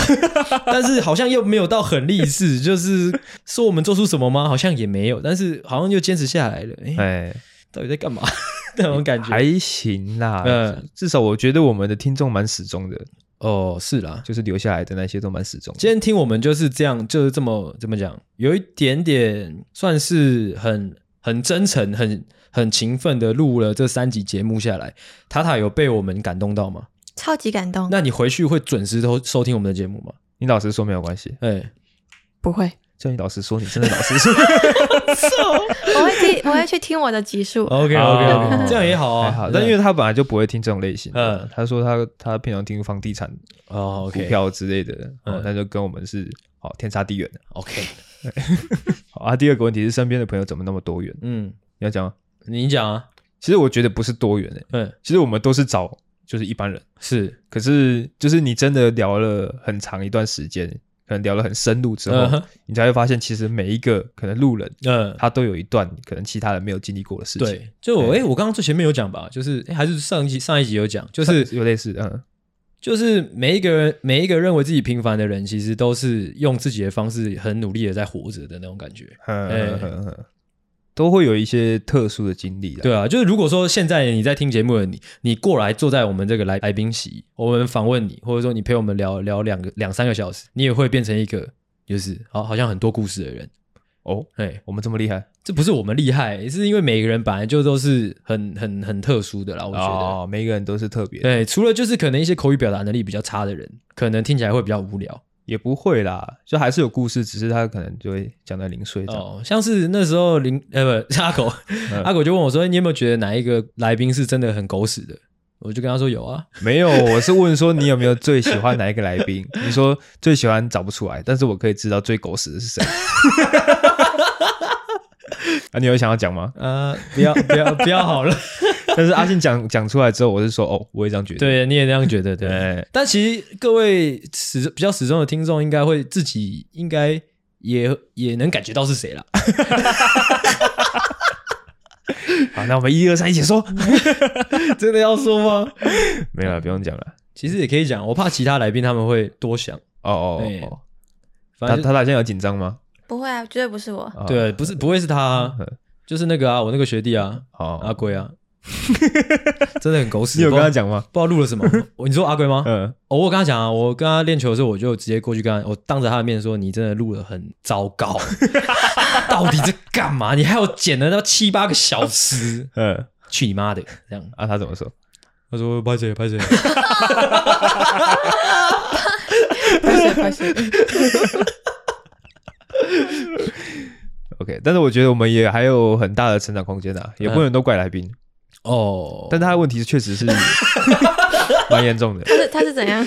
[SPEAKER 2] 但是好像又没有到很励志，就是说我们做出什么吗？好像也没有，但是好像又坚持下来了。 哎、
[SPEAKER 1] 哎，
[SPEAKER 2] 到底在干嘛？ 那种感觉。
[SPEAKER 1] 还行啦，
[SPEAKER 2] 嗯
[SPEAKER 1] 至少我觉得我们的听众蛮始终的，
[SPEAKER 2] 哦，是啦，
[SPEAKER 1] 就是留下来的那些都蛮始终的。
[SPEAKER 2] 今天听我们就是这样，就是这么怎么讲，有一点点算是很很真诚、很很勤奋的录了这三集节目下来。塔塔有被我们感动到吗？
[SPEAKER 3] 超级感动。
[SPEAKER 2] 那你回去会准时收收听我们的节目吗？
[SPEAKER 1] 你老实说没有关系，
[SPEAKER 2] 哎、
[SPEAKER 3] 不会，
[SPEAKER 1] 叫你老实说，你真的老 实说，
[SPEAKER 3] 我会听，我会去听我的集数。
[SPEAKER 2] OK
[SPEAKER 1] 哦
[SPEAKER 2] OK，这样也好啊，
[SPEAKER 1] 还好。但因为他本来就不会听这种类型的，
[SPEAKER 2] 嗯
[SPEAKER 1] 他说他他平常听房地产、
[SPEAKER 2] 哦
[SPEAKER 1] 股
[SPEAKER 2] OK
[SPEAKER 1] 票之类的，哦
[SPEAKER 2] 嗯
[SPEAKER 1] 那就跟我们是哦天差地远的。
[SPEAKER 2] OK，
[SPEAKER 1] 好啊，第二个问题是身边的朋友怎么那么多元？
[SPEAKER 2] 嗯，
[SPEAKER 1] 你要讲吗，
[SPEAKER 2] 你讲啊，
[SPEAKER 1] 其实我觉得不是多元诶、
[SPEAKER 2] 嗯，
[SPEAKER 1] 其实我们都是找就是一般人，
[SPEAKER 2] 是，
[SPEAKER 1] 可是就是你真的聊了很长一段时间，可能聊了很深入之后，
[SPEAKER 2] 嗯哼
[SPEAKER 1] 你才会发现其实每一个可能路人
[SPEAKER 2] 嗯，
[SPEAKER 1] 他都有一段可能其他人没有经历过的事情。
[SPEAKER 2] 对，就我哎、我刚刚最前面有讲吧，就是、哎还是上一集上一集有讲，就是
[SPEAKER 1] 有类似的嗯，
[SPEAKER 2] 就是每一个人每一个认为自己平凡的人，其实都是用自己的方式很努力的在活着的那种感觉。
[SPEAKER 1] 嗯
[SPEAKER 2] 哎
[SPEAKER 1] 嗯嗯嗯都会有一些特殊的经历啦。
[SPEAKER 2] 对啊，就是如果说现在你在听节目的你，你过来坐在我们这个来来宾席，我们访问你，或者说你陪我们聊聊两个两三个小时，你也会变成一个就是好好像很多故事的人。
[SPEAKER 1] 哦，
[SPEAKER 2] 哎、
[SPEAKER 1] 我们这么厉害，
[SPEAKER 2] 这不是我们厉害，是因为每个人本来就都是很很很特殊的啦，我觉得。
[SPEAKER 1] 哦，每一个人都是特别的。
[SPEAKER 2] 对，除了就是可能一些口语表达能力比较差的人，可能听起来会比较无聊。
[SPEAKER 1] 也不会啦，就还是有故事，只是他可能就会讲的零碎这样。
[SPEAKER 2] 哦，像是那时候林呃不是阿狗，阿狗就问我说：“你有没有觉得哪一个来宾是真的很狗屎的？”我就跟他说：“有啊。
[SPEAKER 1] 没有，我是问说你有没有最喜欢哪一个来宾？你说最喜欢找不出来，但是我可以知道最狗屎的是谁。 啊，你有想要讲吗”？
[SPEAKER 2] 呃，不要不要不要好了，
[SPEAKER 1] 但是阿信讲讲出来之后，我是说哦，我也这样觉得。
[SPEAKER 2] 对，你也这样觉得对。
[SPEAKER 1] 对，
[SPEAKER 2] 但其实各位始比较始终的听众，应该会自己应该也也能感觉到是谁啦。
[SPEAKER 1] 好，那我们一二三一起 说。
[SPEAKER 2] 真的要说吗？
[SPEAKER 1] 没有了，不用讲了。
[SPEAKER 2] 其实也可以讲，我怕其他来宾他们会多想。
[SPEAKER 1] 哦哦
[SPEAKER 2] 对
[SPEAKER 1] 哦哦，
[SPEAKER 2] 反
[SPEAKER 1] 他
[SPEAKER 2] 正就
[SPEAKER 1] 他他现在有紧张吗？
[SPEAKER 3] 不会啊，绝对不是我。
[SPEAKER 1] 哦，
[SPEAKER 2] 对，不是不会是他、啊
[SPEAKER 1] 嗯，
[SPEAKER 2] 就是那个啊，我那个学弟啊，
[SPEAKER 1] 哦，
[SPEAKER 2] 阿龟啊， 真的很狗屎。
[SPEAKER 1] 你有跟他
[SPEAKER 2] 不知道
[SPEAKER 1] 讲吗？
[SPEAKER 2] 不知道录了什 么？我你说阿龟吗？
[SPEAKER 1] 嗯，
[SPEAKER 2] 哦，我有跟他讲啊，我跟他练球的时候，我就直接过去跟他，我当着他的面说：“你真的录的很糟 糕，到底在干嘛？你还有剪了到七八个小时，
[SPEAKER 1] 嗯，
[SPEAKER 2] 去你妈的！”这样，
[SPEAKER 1] 啊，他怎么说？
[SPEAKER 2] 他说：“拍谁拍谁。”
[SPEAKER 3] 快睡快睡，
[SPEAKER 1] OK，但是我觉得我们也还有很大的成长空间啊，
[SPEAKER 2] 嗯
[SPEAKER 1] 也不能都怪来宾。
[SPEAKER 2] 哦，
[SPEAKER 1] 但他的问题确 实是蛮严重的。
[SPEAKER 3] 他是他是怎样？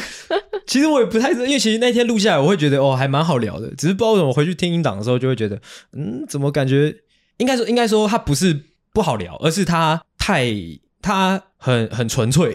[SPEAKER 2] 其实我也不太知道，因为其实那天录下来，我会觉得哦，还蛮好聊的。只是不知道为什么回去听音档的时候，就会觉得，嗯，怎么感觉？应该说，应该说，它不是不好聊，而是它太它很很纯粹，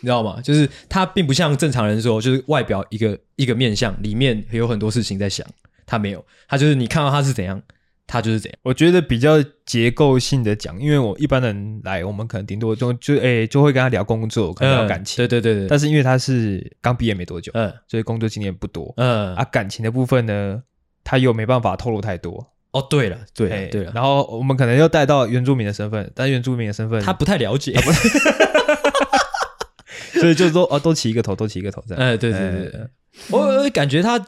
[SPEAKER 2] 你知道吗？就是它并不像正常人说，就是外表一个一个面相，里面有很多事情在想。他没有，他就是你看到他是怎样，他就是怎样。
[SPEAKER 1] 我觉得比较结构性的讲，因为我一般人来，我们可能顶多就就诶、就会跟他聊工作，可能聊感情。
[SPEAKER 2] 嗯对对对对，
[SPEAKER 1] 但是因为他是刚毕业没多久，
[SPEAKER 2] 嗯
[SPEAKER 1] 所以工作经验不多。
[SPEAKER 2] 嗯
[SPEAKER 1] 啊，感情的部分呢，他又没办法透露太多。
[SPEAKER 2] 哦，对了对
[SPEAKER 1] 诶
[SPEAKER 2] 了对了，
[SPEAKER 1] 然后我们可能又带到原住民的身份，但原住民的身份，
[SPEAKER 2] 他不太了 解。
[SPEAKER 1] 所以就是说哦，都起一个头，都起一个头这样。
[SPEAKER 2] 哎，对对对对，我我感觉他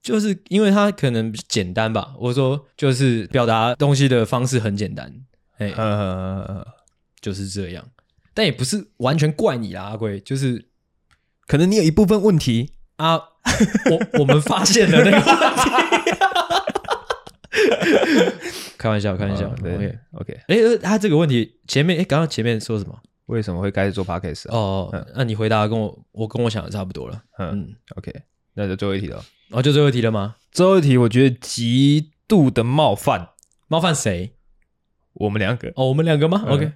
[SPEAKER 2] 就是因为他可能简单吧，我说就是表达东西的方式很简单，哎、
[SPEAKER 1] 嗯嗯嗯嗯嗯，
[SPEAKER 2] 就是这样，但也不是完全怪你啦，阿贵，就是
[SPEAKER 1] 可能你有一部分问题，
[SPEAKER 2] 啊，我我们发现了那个问题， 开玩笑，开玩笑，
[SPEAKER 1] 嗯
[SPEAKER 2] 哦对。
[SPEAKER 1] 对
[SPEAKER 2] OK
[SPEAKER 1] ，OK，
[SPEAKER 2] 哎、呃他这个问题前面哎，刚刚前面说什么？
[SPEAKER 1] 为什么会开始做 podcast 啊？
[SPEAKER 2] 哦，那你回答跟我我跟我想的差不多了。
[SPEAKER 1] 嗯
[SPEAKER 2] 嗯，
[SPEAKER 1] ，OK，那就最后一题了。
[SPEAKER 2] 然、后就最后一题了吗？
[SPEAKER 1] 最后一题，我觉得极度的冒犯
[SPEAKER 2] 冒犯谁？
[SPEAKER 1] 我们两个。
[SPEAKER 2] 哦，我们两个吗、
[SPEAKER 1] 嗯
[SPEAKER 2] o k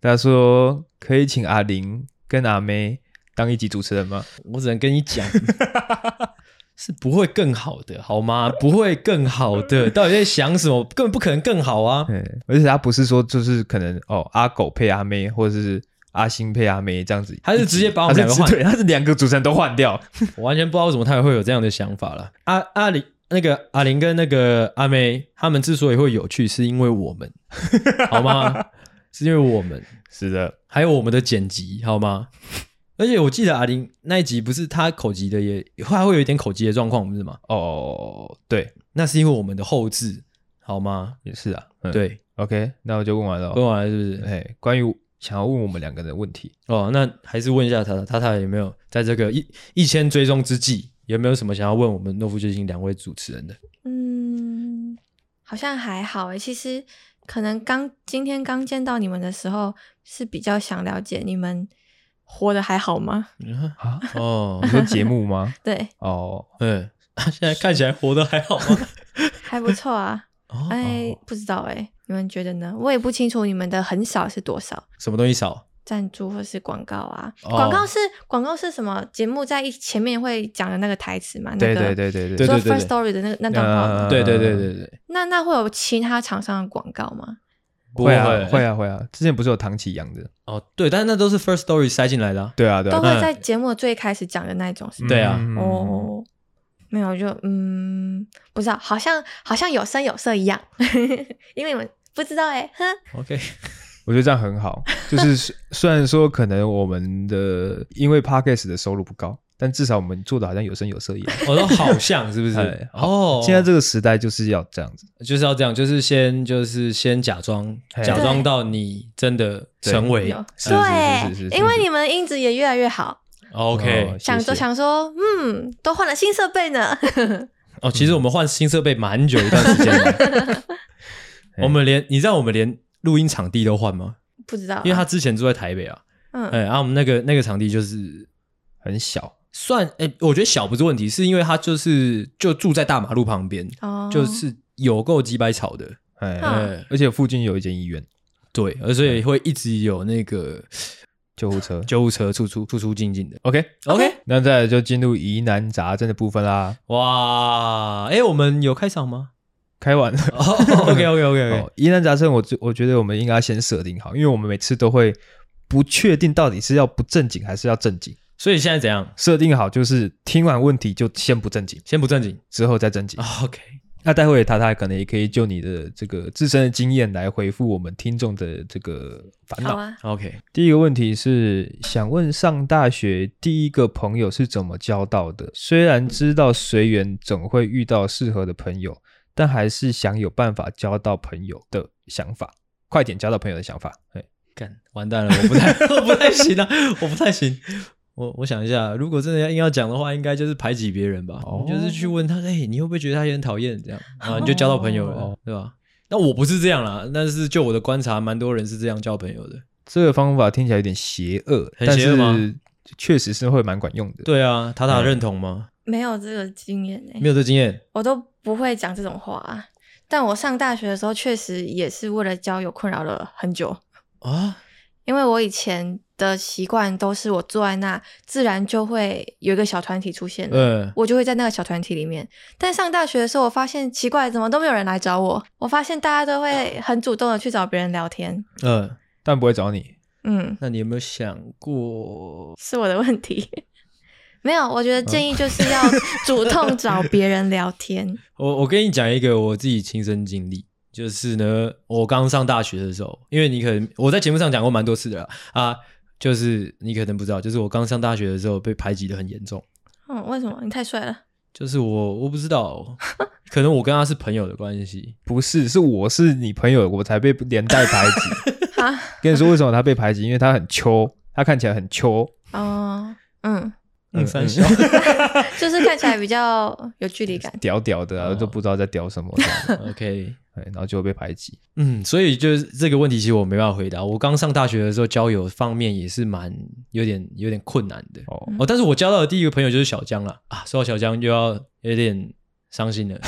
[SPEAKER 1] 他说可以请阿玲跟阿妹当一集主持人吗？
[SPEAKER 2] 我只能跟你讲，是不会更好的，好吗？不会更好的，到底在想什么？根本不可能更好啊！
[SPEAKER 1] 嗯，而且他不是说就是可能哦，阿狗配阿妹，或者是阿星配阿妹这样子，
[SPEAKER 2] 他是直接把我
[SPEAKER 1] 他
[SPEAKER 2] 们
[SPEAKER 1] 是
[SPEAKER 2] 两个换，
[SPEAKER 1] 对，他是两个主持人都换掉。
[SPEAKER 2] 我完全不知道为什么他会有这样的想法了。阿阿林那个阿林跟那个阿妹，他们之所以会有趣，是因为我们，好吗？是因为我们，
[SPEAKER 1] 是的，
[SPEAKER 2] 还有我们的剪辑，好吗？而且我记得阿林那一集不是他口疾的也，还会有一点口疾的状况，不是吗？
[SPEAKER 1] 哦，对，
[SPEAKER 2] 那是因为我们的后置，好吗？
[SPEAKER 1] 也是啊。嗯、
[SPEAKER 2] 对，
[SPEAKER 1] ，OK，那我就问完了
[SPEAKER 2] 问
[SPEAKER 1] 哦。
[SPEAKER 2] 完了是不是？
[SPEAKER 1] 哎，关于想要问我们两个人的问题，
[SPEAKER 2] 哦，那还是问一下塔塔塔有没有在这个一一千追踪之际，有没有什么想要问我们诺夫救星两位主持人的？
[SPEAKER 3] 嗯，好像还好诶。其实可能刚今天刚见到你们的时候，是比较想了解你们活得还好吗？
[SPEAKER 2] 嗯
[SPEAKER 1] 啊
[SPEAKER 2] 哦
[SPEAKER 1] 你，说节目吗？
[SPEAKER 3] 对，
[SPEAKER 1] 哦，
[SPEAKER 2] 嗯，现在看起来活得还好吗？
[SPEAKER 3] 还不错啊。
[SPEAKER 2] 哦，
[SPEAKER 3] 哎，不知道哎，你们觉得呢？我也不清楚你们的很少是多少。
[SPEAKER 2] 什么东西少？
[SPEAKER 3] 赞助或是广告啊，
[SPEAKER 2] 哦
[SPEAKER 3] 广告是广告是什么？节目在一前面会讲的那个台词嘛？
[SPEAKER 1] 对
[SPEAKER 3] 那个
[SPEAKER 1] 对对对
[SPEAKER 2] 对
[SPEAKER 3] 说
[SPEAKER 2] 对对
[SPEAKER 3] first story 的那那段话
[SPEAKER 1] 嗯
[SPEAKER 3] 吗
[SPEAKER 2] 对对对对对，
[SPEAKER 3] 那那会有其他厂商的广告吗？
[SPEAKER 2] 不
[SPEAKER 1] 会啊会
[SPEAKER 2] 啊。
[SPEAKER 1] 啊会啊，之前不是有唐启阳的？
[SPEAKER 2] 哦，对，但是那都是 first story 塞进来的啊。
[SPEAKER 1] 对啊对
[SPEAKER 3] 都
[SPEAKER 1] 啊，
[SPEAKER 3] 会在节目最开始讲的那一种是吗？
[SPEAKER 2] 对啊
[SPEAKER 1] 嗯，
[SPEAKER 3] 哦，没有，就嗯，不知道，好像好像有声有色一样， 因为你们不知道哎、哼，
[SPEAKER 2] OK，
[SPEAKER 1] 我觉得这样很好，就是虽虽然说可能我们的因为 podcast 的收入不高，但至少我们做的好像有声有色一样。
[SPEAKER 2] 我说哦好像是不 是
[SPEAKER 1] 哎？
[SPEAKER 2] 哦，
[SPEAKER 1] 现在这个时代就是要这样子，
[SPEAKER 2] 就是要这样，就是先就是先假装，
[SPEAKER 1] 嘿
[SPEAKER 2] 假装到你真的成为哦
[SPEAKER 3] 有
[SPEAKER 1] 哎是是是是是
[SPEAKER 3] 对
[SPEAKER 1] 是，
[SPEAKER 3] 因为你们音质也越来越好，
[SPEAKER 2] OK，
[SPEAKER 1] 哦
[SPEAKER 3] 想
[SPEAKER 1] 谢
[SPEAKER 3] 着
[SPEAKER 1] 谢
[SPEAKER 3] 想说，嗯，都换了新设备呢。
[SPEAKER 2] 哦，其实我们换新设备蛮久一段时间了，我们连你知道我们连录音场地都换吗？
[SPEAKER 3] 不知道啊，
[SPEAKER 2] 因为他之前住在台北啊，
[SPEAKER 3] 嗯
[SPEAKER 2] 哎、啊，我们那个那个场地就是很小，算哎、我觉得小不是问题，是因为他就是就住在大马路旁边，
[SPEAKER 3] 哦，
[SPEAKER 2] 就是有够鸡掰吵的，
[SPEAKER 1] 哎，
[SPEAKER 3] 嗯
[SPEAKER 2] 哎
[SPEAKER 1] 而且附近有一间医院，
[SPEAKER 2] 对，而且会一直有那个
[SPEAKER 1] 救护车。
[SPEAKER 2] 救护车出出出出进进的。
[SPEAKER 1] OK，
[SPEAKER 2] OK，
[SPEAKER 1] 那再来就进入疑难杂症的部分啦。
[SPEAKER 2] 哇，哎、我们有开场吗、
[SPEAKER 1] 开 完了，
[SPEAKER 2] 哦、？OK OK OK OK，
[SPEAKER 1] 哦，疑难杂症我最我觉得我们应该先设定好，因为我们每次都会不确定到底是要不正经还是要正经。
[SPEAKER 2] 所以现在怎样？
[SPEAKER 1] 设定好就是听完问题就先不正经，
[SPEAKER 2] 先不正经、
[SPEAKER 1] 之后再正经。
[SPEAKER 2] 哦、，OK，
[SPEAKER 1] 那待会他他可能也可以就你的这个自身的经验来回复我们听众的这个烦
[SPEAKER 3] 好
[SPEAKER 1] 恼。
[SPEAKER 3] 啊，
[SPEAKER 2] OK，
[SPEAKER 1] 第一个问题是想问上大学第一个朋友是怎么交到的？虽然知道随缘总会遇到适合的朋友，但还是想有办法交到朋友的想法，快点交到朋友的想法。哎，
[SPEAKER 2] 干完蛋了，我不太 我不太行啊，我不太行。我我想一下，如果真的要硬要讲的话，应该就是排挤别人吧。
[SPEAKER 1] 哦
[SPEAKER 2] 你就是去问他，哎、你会不会觉得他也很讨厌？这样啊，你就交到朋友了，
[SPEAKER 1] 哦
[SPEAKER 2] 对吧？那我不是这样啦，但是就我的观察，蛮多人是这样交朋友的。
[SPEAKER 1] 这个方法听起来有点邪恶，
[SPEAKER 2] 很邪恶吗
[SPEAKER 1] 但是确实是会蛮管用的。
[SPEAKER 2] 对啊，塔塔认同吗？
[SPEAKER 3] 没有这个经验哎
[SPEAKER 1] 嗯
[SPEAKER 2] 没，有这经验
[SPEAKER 3] 我都不会讲这种话啊。但我上大学的时候，确实也是为了交友困扰了很久，
[SPEAKER 2] 啊？
[SPEAKER 3] 因为我以前的习惯都是我坐在那，自然就会有一个小团体出现了。
[SPEAKER 2] 呃，
[SPEAKER 3] 我就会在那个小团体里面。但上大学的时候，我发现奇怪，怎么都没有人来找我？我发现大家都会很主动的去找别人聊天。
[SPEAKER 2] 呃，
[SPEAKER 1] 但不会找你。
[SPEAKER 3] 嗯，
[SPEAKER 2] 那你有没有想过？
[SPEAKER 3] 是我的问题。 没有，我觉
[SPEAKER 2] 嗯
[SPEAKER 3] 得建议就是要主动找别人聊天。
[SPEAKER 2] 我我跟你讲一个我自己亲身经历，就是呢，我刚上大学的时候，因为你可能我在节目上讲过蛮多次的啦啊，就是你可能不知道，就是我刚上大学的时候被排挤的很严重，
[SPEAKER 3] 嗯，为什么？你太帅了。
[SPEAKER 2] 就是我我不知 道，可能我跟他是朋友的关系，
[SPEAKER 1] 不是，是我是你朋友，我才被连带排 挤。
[SPEAKER 3] 啊，
[SPEAKER 1] 跟你说为什么他被排挤，因为他很秋，他看起来很秋。
[SPEAKER 3] 哦，嗯，
[SPEAKER 2] 嗯，三小，
[SPEAKER 3] 就是看起来比较有距离感。
[SPEAKER 1] 屌屌的、啊，
[SPEAKER 2] 哦
[SPEAKER 1] 都不知道在屌什么这样
[SPEAKER 2] OK。
[SPEAKER 1] 哎然后就会被排挤。
[SPEAKER 2] 嗯，所以就是这个问题，其实我没办法回答。我刚上大学的时候，交友方面也是蛮有点有点困难的。
[SPEAKER 1] 哦，
[SPEAKER 2] 哦，但是我交到的第一个朋友就是小江了啊！说到小江，就要有点伤心了。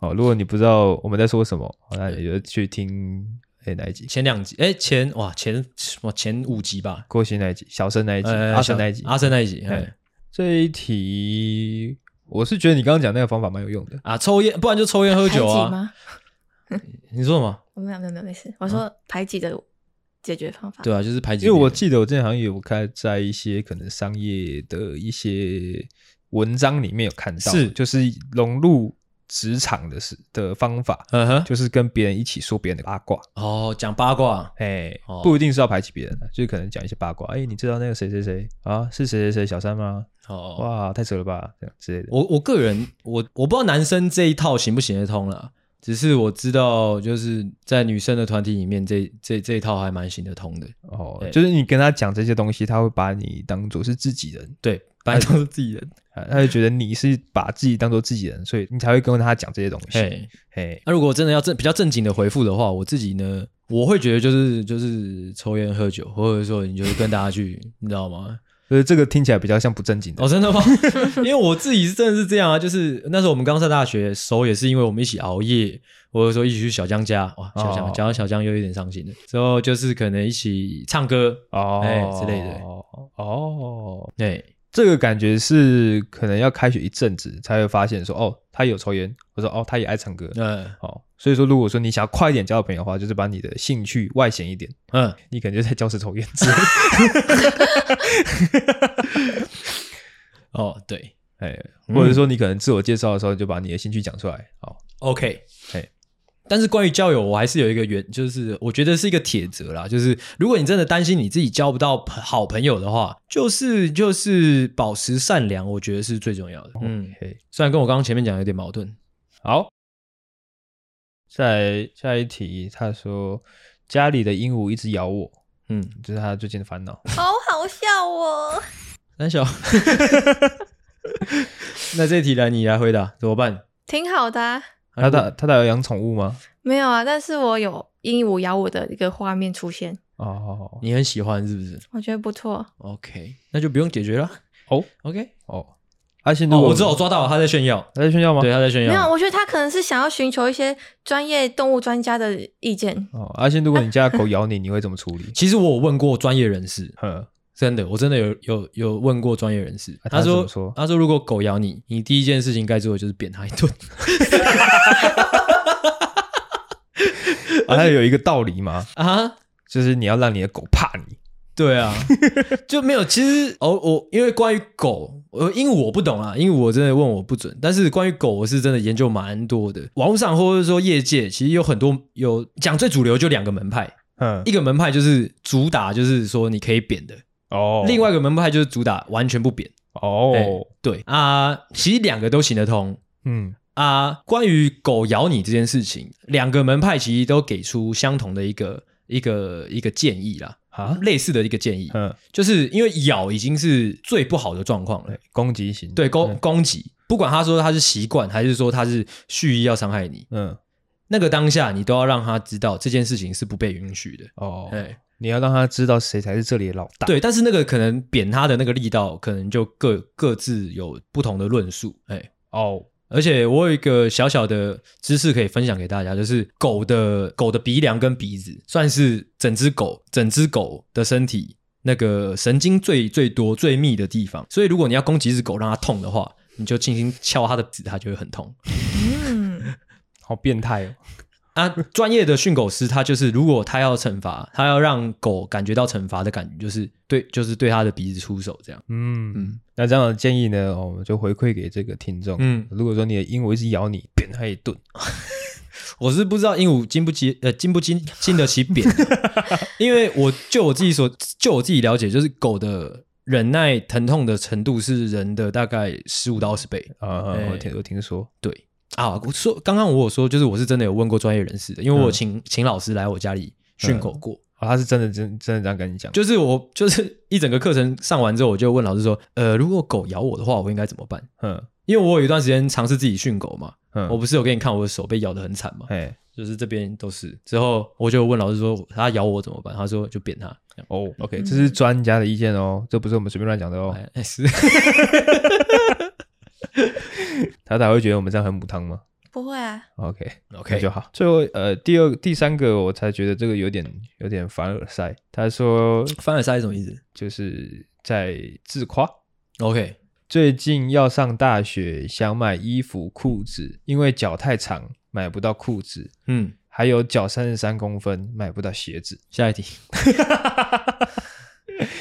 [SPEAKER 1] 哦，如果你不知道我们在说什么，哦那你就去听哎哪一集，
[SPEAKER 2] 前两集，哎，前哇前哇前五集吧，
[SPEAKER 1] 郭鑫那一集，小生那一集，
[SPEAKER 2] 呃
[SPEAKER 1] 阿生
[SPEAKER 2] 小
[SPEAKER 1] 那一集。
[SPEAKER 2] 阿生那一集，
[SPEAKER 1] 哎
[SPEAKER 2] 哎
[SPEAKER 1] 这一题，我是觉得你刚刚讲那个方法蛮有用的。
[SPEAKER 2] 啊，抽烟，不然就抽烟喝酒
[SPEAKER 3] 排挤
[SPEAKER 2] 啊。
[SPEAKER 3] 吗？
[SPEAKER 2] 你说什么？
[SPEAKER 3] 我没有，没有，没有，没事。我说排挤的解决方法。
[SPEAKER 2] 嗯对啊，就是排挤
[SPEAKER 1] 因
[SPEAKER 2] 别
[SPEAKER 1] 为
[SPEAKER 2] 人。
[SPEAKER 1] 我记得我之前好像有看在一些可能商业的一些文章里面有看到，
[SPEAKER 2] 是
[SPEAKER 1] 就是融入职场的事的方法，
[SPEAKER 2] 嗯哼，
[SPEAKER 1] 就是跟别人一起说别人的八卦，
[SPEAKER 2] 哦，讲八卦，
[SPEAKER 1] 哎、
[SPEAKER 2] 哦
[SPEAKER 1] 不一定是要排挤别人的，就是可能讲一些八卦，哎、你知道那个谁谁谁啊，是谁谁谁小三吗？
[SPEAKER 2] 哦，
[SPEAKER 1] 哇，太扯了吧，这样之类的。
[SPEAKER 2] 我我个人我我不知道男生这一套行不行得通了，只是我知道就是在女生的团体里面，这这这一套还蛮行得通的。
[SPEAKER 1] 哦
[SPEAKER 2] 对，
[SPEAKER 1] 就是你跟他讲这些东西，他会把你当做是自己人，
[SPEAKER 2] 对，本来都是自己人。
[SPEAKER 1] 啊他就觉得你是把自己当做自己人，所以你才会跟他讲这些东西。
[SPEAKER 2] 哎，
[SPEAKER 1] 嘿，
[SPEAKER 2] 那如果真的要正比较正经的回复的话，我自己呢，我会觉得就是就是抽烟喝酒，或者说你就是跟大家去，你知道吗？
[SPEAKER 1] 所以这个听起来比较像不正经的
[SPEAKER 2] 哦，真的吗？ 因为我自己是真的是这样啊，就是那时候我们刚上大学，熟也是因为我们一起熬夜，或者说一起去小江家，哇，小江
[SPEAKER 1] 哦
[SPEAKER 2] 讲到小江又有点伤心了。之后就是可能一起唱歌，
[SPEAKER 1] 哦
[SPEAKER 2] 哎之类的
[SPEAKER 1] 哦，
[SPEAKER 2] 对，
[SPEAKER 1] 这个感觉是可能要开学一阵子才会发现说，哦，他有抽烟，或者说哦，他也爱唱歌。
[SPEAKER 2] 嗯
[SPEAKER 1] 哦，所以说，如果说你想要快一点交到朋友的话，就是把你的兴趣外显一点，
[SPEAKER 2] 嗯，
[SPEAKER 1] 你可能就在教室抽烟之类的。
[SPEAKER 2] 哦，对
[SPEAKER 1] 哎，或者说你可能自我介绍的时候就把你的兴趣讲出来。哦，
[SPEAKER 2] ，OK，
[SPEAKER 1] 嘿
[SPEAKER 2] 但是关于交友，我还是有一个原，就是我觉得是一个铁则啦，就是如果你真的担心你自己交不到朋好朋友的话，就是就是保持善良，我觉得是最重要的。嗯，
[SPEAKER 1] 嘿，
[SPEAKER 2] 虽然跟我刚刚前面讲有点矛盾。
[SPEAKER 1] 好，再来下一题，他说家里的鹦鹉一直咬我，
[SPEAKER 2] 嗯，
[SPEAKER 1] 就是他最近的烦恼。
[SPEAKER 3] 好好笑哦！
[SPEAKER 2] 三小， 那这题来你来回答，怎么办？
[SPEAKER 3] 挺好的、啊，
[SPEAKER 1] 他他他他有养宠物吗？
[SPEAKER 3] 没有啊，但是我有鹦鹉咬我的一个画面出现，
[SPEAKER 1] 哦
[SPEAKER 2] 你很喜欢是不是
[SPEAKER 3] 我觉得不错。
[SPEAKER 2] ？OK，那就不用解决了。
[SPEAKER 1] 哦
[SPEAKER 2] OK，
[SPEAKER 1] 哦，阿信，
[SPEAKER 2] 哦，我知道我抓到了，他在炫耀，
[SPEAKER 1] 他在炫耀吗？
[SPEAKER 2] 对，他在炫
[SPEAKER 3] 没有，
[SPEAKER 2] 耀。
[SPEAKER 3] 我觉得他可能是想要寻求一些专业动物专家的意见。
[SPEAKER 1] 哦，阿信，如果你家的狗咬你，你会怎么 处理？
[SPEAKER 2] 其实我有问过专业人士，
[SPEAKER 1] 哼，
[SPEAKER 2] 真的，我真的有有有问过专业人士，
[SPEAKER 1] 啊他
[SPEAKER 2] 他
[SPEAKER 1] 怎
[SPEAKER 2] 说
[SPEAKER 1] 么说
[SPEAKER 2] 他说如果狗咬你，你第一件事情该做的就是扁它一 顿。
[SPEAKER 1] 啊，他有一个道理吗？
[SPEAKER 2] 啊，
[SPEAKER 1] 就是你要让你的狗怕你。
[SPEAKER 2] 对啊，就没有。其实哦，我因为关于狗，我鹦鹉我不懂啊，鹦鹉我真的问我不准。但是关于狗，我是真的研究蛮多的。网络上或者说业界，其实有很多有讲最主流就两个门派，
[SPEAKER 1] 嗯
[SPEAKER 2] 一，个门派就是主打就是说你可以扁的，
[SPEAKER 1] 哦，
[SPEAKER 2] 另外一个门派就是主打完全不扁。
[SPEAKER 1] 哦
[SPEAKER 2] 哎，对啊，其实两个都行得通。
[SPEAKER 1] 嗯，
[SPEAKER 2] 啊，关于狗咬你这件事情，两个门派其实都给出相同的一个一个一个建议啦，
[SPEAKER 1] 啊
[SPEAKER 2] 类似的一个建议，
[SPEAKER 1] 嗯，
[SPEAKER 2] 就是因为咬已经是最不好的状况了
[SPEAKER 1] 对，哎嗯攻击型，
[SPEAKER 2] 对攻攻击，不管他说他是习惯还是说他是蓄意要伤害你，
[SPEAKER 1] 嗯，嗯，
[SPEAKER 2] 那个当下你都要让他知道这件事情是不被允许的，
[SPEAKER 1] 哦，
[SPEAKER 2] 哎，
[SPEAKER 1] 你要让他知道谁才是这里的老大。，
[SPEAKER 2] 对，但是那个可能扁他的那个力道，可能就各各自有不同的论述，哎。
[SPEAKER 1] 哦，
[SPEAKER 2] 而且我有一个小小的知识可以分享给大家，就是狗的狗的鼻梁跟鼻子算是整只狗整只狗的身体那个神经最最多最密的地方，所以如果你要攻击一只狗让它痛的话，你就轻轻敲它的鼻子，它就会很痛。
[SPEAKER 3] 嗯，
[SPEAKER 1] 好变态哦。
[SPEAKER 2] 啊，专业的训狗师他就是，如果他要惩罚，他要让狗感觉到惩罚的感觉，就是对，就是对它的鼻子出手这样。
[SPEAKER 1] 嗯，
[SPEAKER 2] 嗯
[SPEAKER 1] 那这样的建议呢，哦我们就回馈给这个听众。
[SPEAKER 2] 嗯，
[SPEAKER 1] 如果说你的鹦鹉一直咬你，扁它一顿，
[SPEAKER 2] 我是不知道鹦鹉经不起呃经不经经得起 扁啊，因为我就我自己所就我自己了解，就是狗的忍耐疼痛的程度是人的大概十五到二十倍。
[SPEAKER 1] 啊，
[SPEAKER 2] 哎
[SPEAKER 1] 我听我听说，哦
[SPEAKER 2] 对啊，我说刚刚我有说，就是我是真的有问过专业人士的，因为我有
[SPEAKER 1] 嗯
[SPEAKER 2] 请、请老师来我家里训狗过，
[SPEAKER 1] 哦，他是真的真真的这样跟你讲，
[SPEAKER 2] 就是我就是一整个课程上完之后，我就问老师说，呃，如果狗咬我的话，我应该怎么办？
[SPEAKER 1] 嗯
[SPEAKER 2] 因为我有一段时间尝试自己训狗嘛，
[SPEAKER 1] 嗯，
[SPEAKER 2] 我不是有给你看我的手被咬得很惨嘛，
[SPEAKER 1] 哎
[SPEAKER 2] 就是这边都是。之后我就问老师说，他咬我怎么办？他说就扁他。这样
[SPEAKER 1] 哦，OK，这是专家的意见哦，这不是我们随便乱讲的哦。
[SPEAKER 2] 嗯哎哎 是，
[SPEAKER 1] 他才会觉得我们这样很母汤吗
[SPEAKER 3] 不会啊，
[SPEAKER 1] ？OK
[SPEAKER 2] OK
[SPEAKER 1] 那就好。最后呃，第二第三个我才觉得这个有点有点凡尔赛。他说
[SPEAKER 2] 凡尔赛是什么意思
[SPEAKER 1] 就是在自夸。
[SPEAKER 2] ？OK，
[SPEAKER 1] 最近要上大学，想买衣服裤子，因为脚太长买不到裤子，
[SPEAKER 2] 嗯，
[SPEAKER 1] 还有脚三十三公分买不到鞋子，
[SPEAKER 2] 下一题，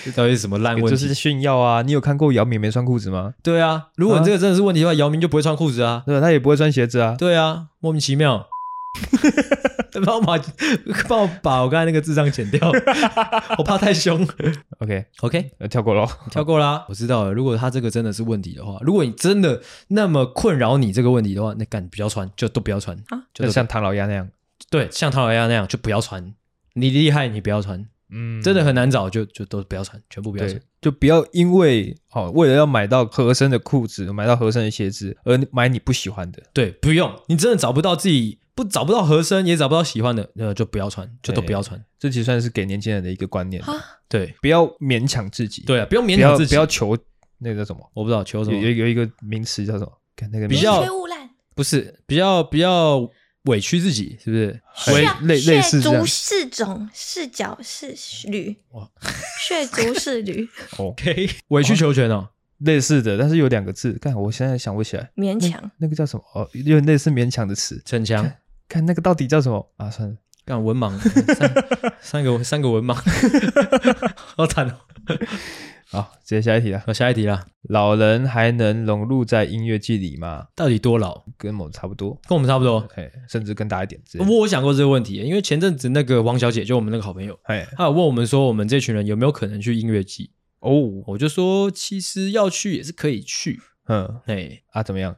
[SPEAKER 2] 这到底是什么烂问题？
[SPEAKER 1] 就是炫耀啊！你有看过姚明没穿裤子吗？
[SPEAKER 2] 对啊，如果你这个真的是问题的话，姚明就不会穿裤子啊。
[SPEAKER 1] 对吧，他也不会穿鞋子啊。
[SPEAKER 2] 对啊，莫名其 妙。帮我把帮我把我刚才那个智障剪掉， 我怕太凶。
[SPEAKER 1] OK，
[SPEAKER 2] OK，
[SPEAKER 1] 呃跳过喽。
[SPEAKER 2] 跳过啦，哦我知道了。如果他这个真的是问题的话，如果你真的那么困扰你这个问题的话，那干不要穿，就都不要穿
[SPEAKER 3] 啊
[SPEAKER 2] 就
[SPEAKER 1] 就
[SPEAKER 2] 都
[SPEAKER 1] 像唐老鸭那样，
[SPEAKER 2] 对，像唐老鸭那样就不要穿。你厉害，你不要穿，
[SPEAKER 1] 嗯，
[SPEAKER 2] 真的很难找，就就都不要穿，全部不要
[SPEAKER 1] 对
[SPEAKER 2] 穿。，
[SPEAKER 1] 就不要因为哦，为了要买到合身的裤子，买到合身的鞋子，而买你不喜欢的，
[SPEAKER 2] 对，不用，你真的找不到自己不找不到合身，也找不到喜欢的，那就不要穿，就都不要穿。
[SPEAKER 1] 这其实算是给年轻人的一个观念，
[SPEAKER 3] 啊，
[SPEAKER 2] 对
[SPEAKER 1] 不要勉强自己，，
[SPEAKER 2] 对啊，不用勉
[SPEAKER 1] 不要
[SPEAKER 2] 强自
[SPEAKER 1] 不
[SPEAKER 2] 己。
[SPEAKER 1] 要求那个叫什么，
[SPEAKER 2] 我不知道求什
[SPEAKER 1] 有
[SPEAKER 2] 么，
[SPEAKER 1] 有有一个名词叫什么？看那个
[SPEAKER 2] 比
[SPEAKER 1] 名词
[SPEAKER 2] 较
[SPEAKER 3] 宁缺毋滥，
[SPEAKER 2] 不是比较比较委屈自己，是不是？
[SPEAKER 1] 喂
[SPEAKER 2] 委
[SPEAKER 3] 血
[SPEAKER 1] 哎类类似
[SPEAKER 3] 血
[SPEAKER 1] 这样
[SPEAKER 3] 族是种，是角是驴
[SPEAKER 2] 哇，
[SPEAKER 3] 血族 是驴，
[SPEAKER 1] 哦，
[SPEAKER 2] OK，委曲求全哦。
[SPEAKER 1] 类似的，但是有两个字，看我现在想不起来，
[SPEAKER 3] 勉强。
[SPEAKER 1] 那个叫什么？哦，有点类似勉强的词，
[SPEAKER 2] 逞强，
[SPEAKER 1] 看那个到底叫什么啊？算了，
[SPEAKER 2] 干文盲，三三个三个 文盲，好惨哦！
[SPEAKER 1] 好，直接下一题了。
[SPEAKER 2] 好，下一题啦，
[SPEAKER 1] 老人还能融入在音乐季里吗？
[SPEAKER 2] 到底多老？
[SPEAKER 1] 跟我差不多，
[SPEAKER 2] 跟我们差不多。
[SPEAKER 1] 哎，甚至更大一点之类
[SPEAKER 2] 不
[SPEAKER 1] 的。
[SPEAKER 2] 过我想过这个问题，因为前阵子那个王小姐，就我们那个好朋友，
[SPEAKER 1] 哎，
[SPEAKER 2] 她有问我们说，我们这群人有没有可能去音乐季？
[SPEAKER 1] 哦，
[SPEAKER 2] 我就说，其实要去也是可以去。
[SPEAKER 1] 嗯
[SPEAKER 2] 哎，
[SPEAKER 1] 啊，怎么样？
[SPEAKER 2] 啊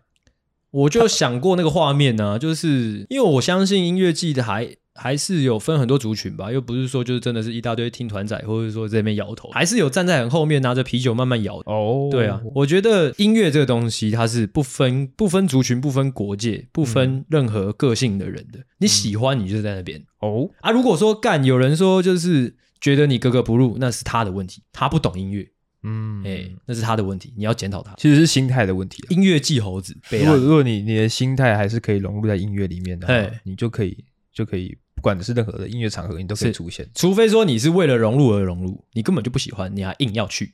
[SPEAKER 2] 我就想过那个画面呢、就是因为我相信音乐季的还还是有分很多族群吧，又不是说就是真的是一大堆听团仔，或者说在那边摇头，还是有站在很后面拿着啤酒慢慢摇的。
[SPEAKER 1] 哦，
[SPEAKER 2] 对啊，我觉得音乐这个东西，它是不分不分族群、不分国界、不分任何个性的人的。你喜欢，你就在那边
[SPEAKER 1] 哦，
[SPEAKER 2] 啊。如果说干有人说就是觉得你格格不入，那是他的问题，他不懂音乐，
[SPEAKER 1] 嗯，
[SPEAKER 2] 哎、那是他的问题，你要检讨他。
[SPEAKER 1] 其实是心态的问题啊。
[SPEAKER 2] 音乐季猴子，北
[SPEAKER 1] 如果
[SPEAKER 2] 岸
[SPEAKER 1] 如果你你的心态还是可以融入在音乐里面的话
[SPEAKER 2] 嘿，
[SPEAKER 1] 你就可以就可以，不管是任何的音乐场合，你都可以
[SPEAKER 2] 是
[SPEAKER 1] 出现。
[SPEAKER 2] 除非说你是为了融入而融入，你根本就不喜欢，你还硬要去，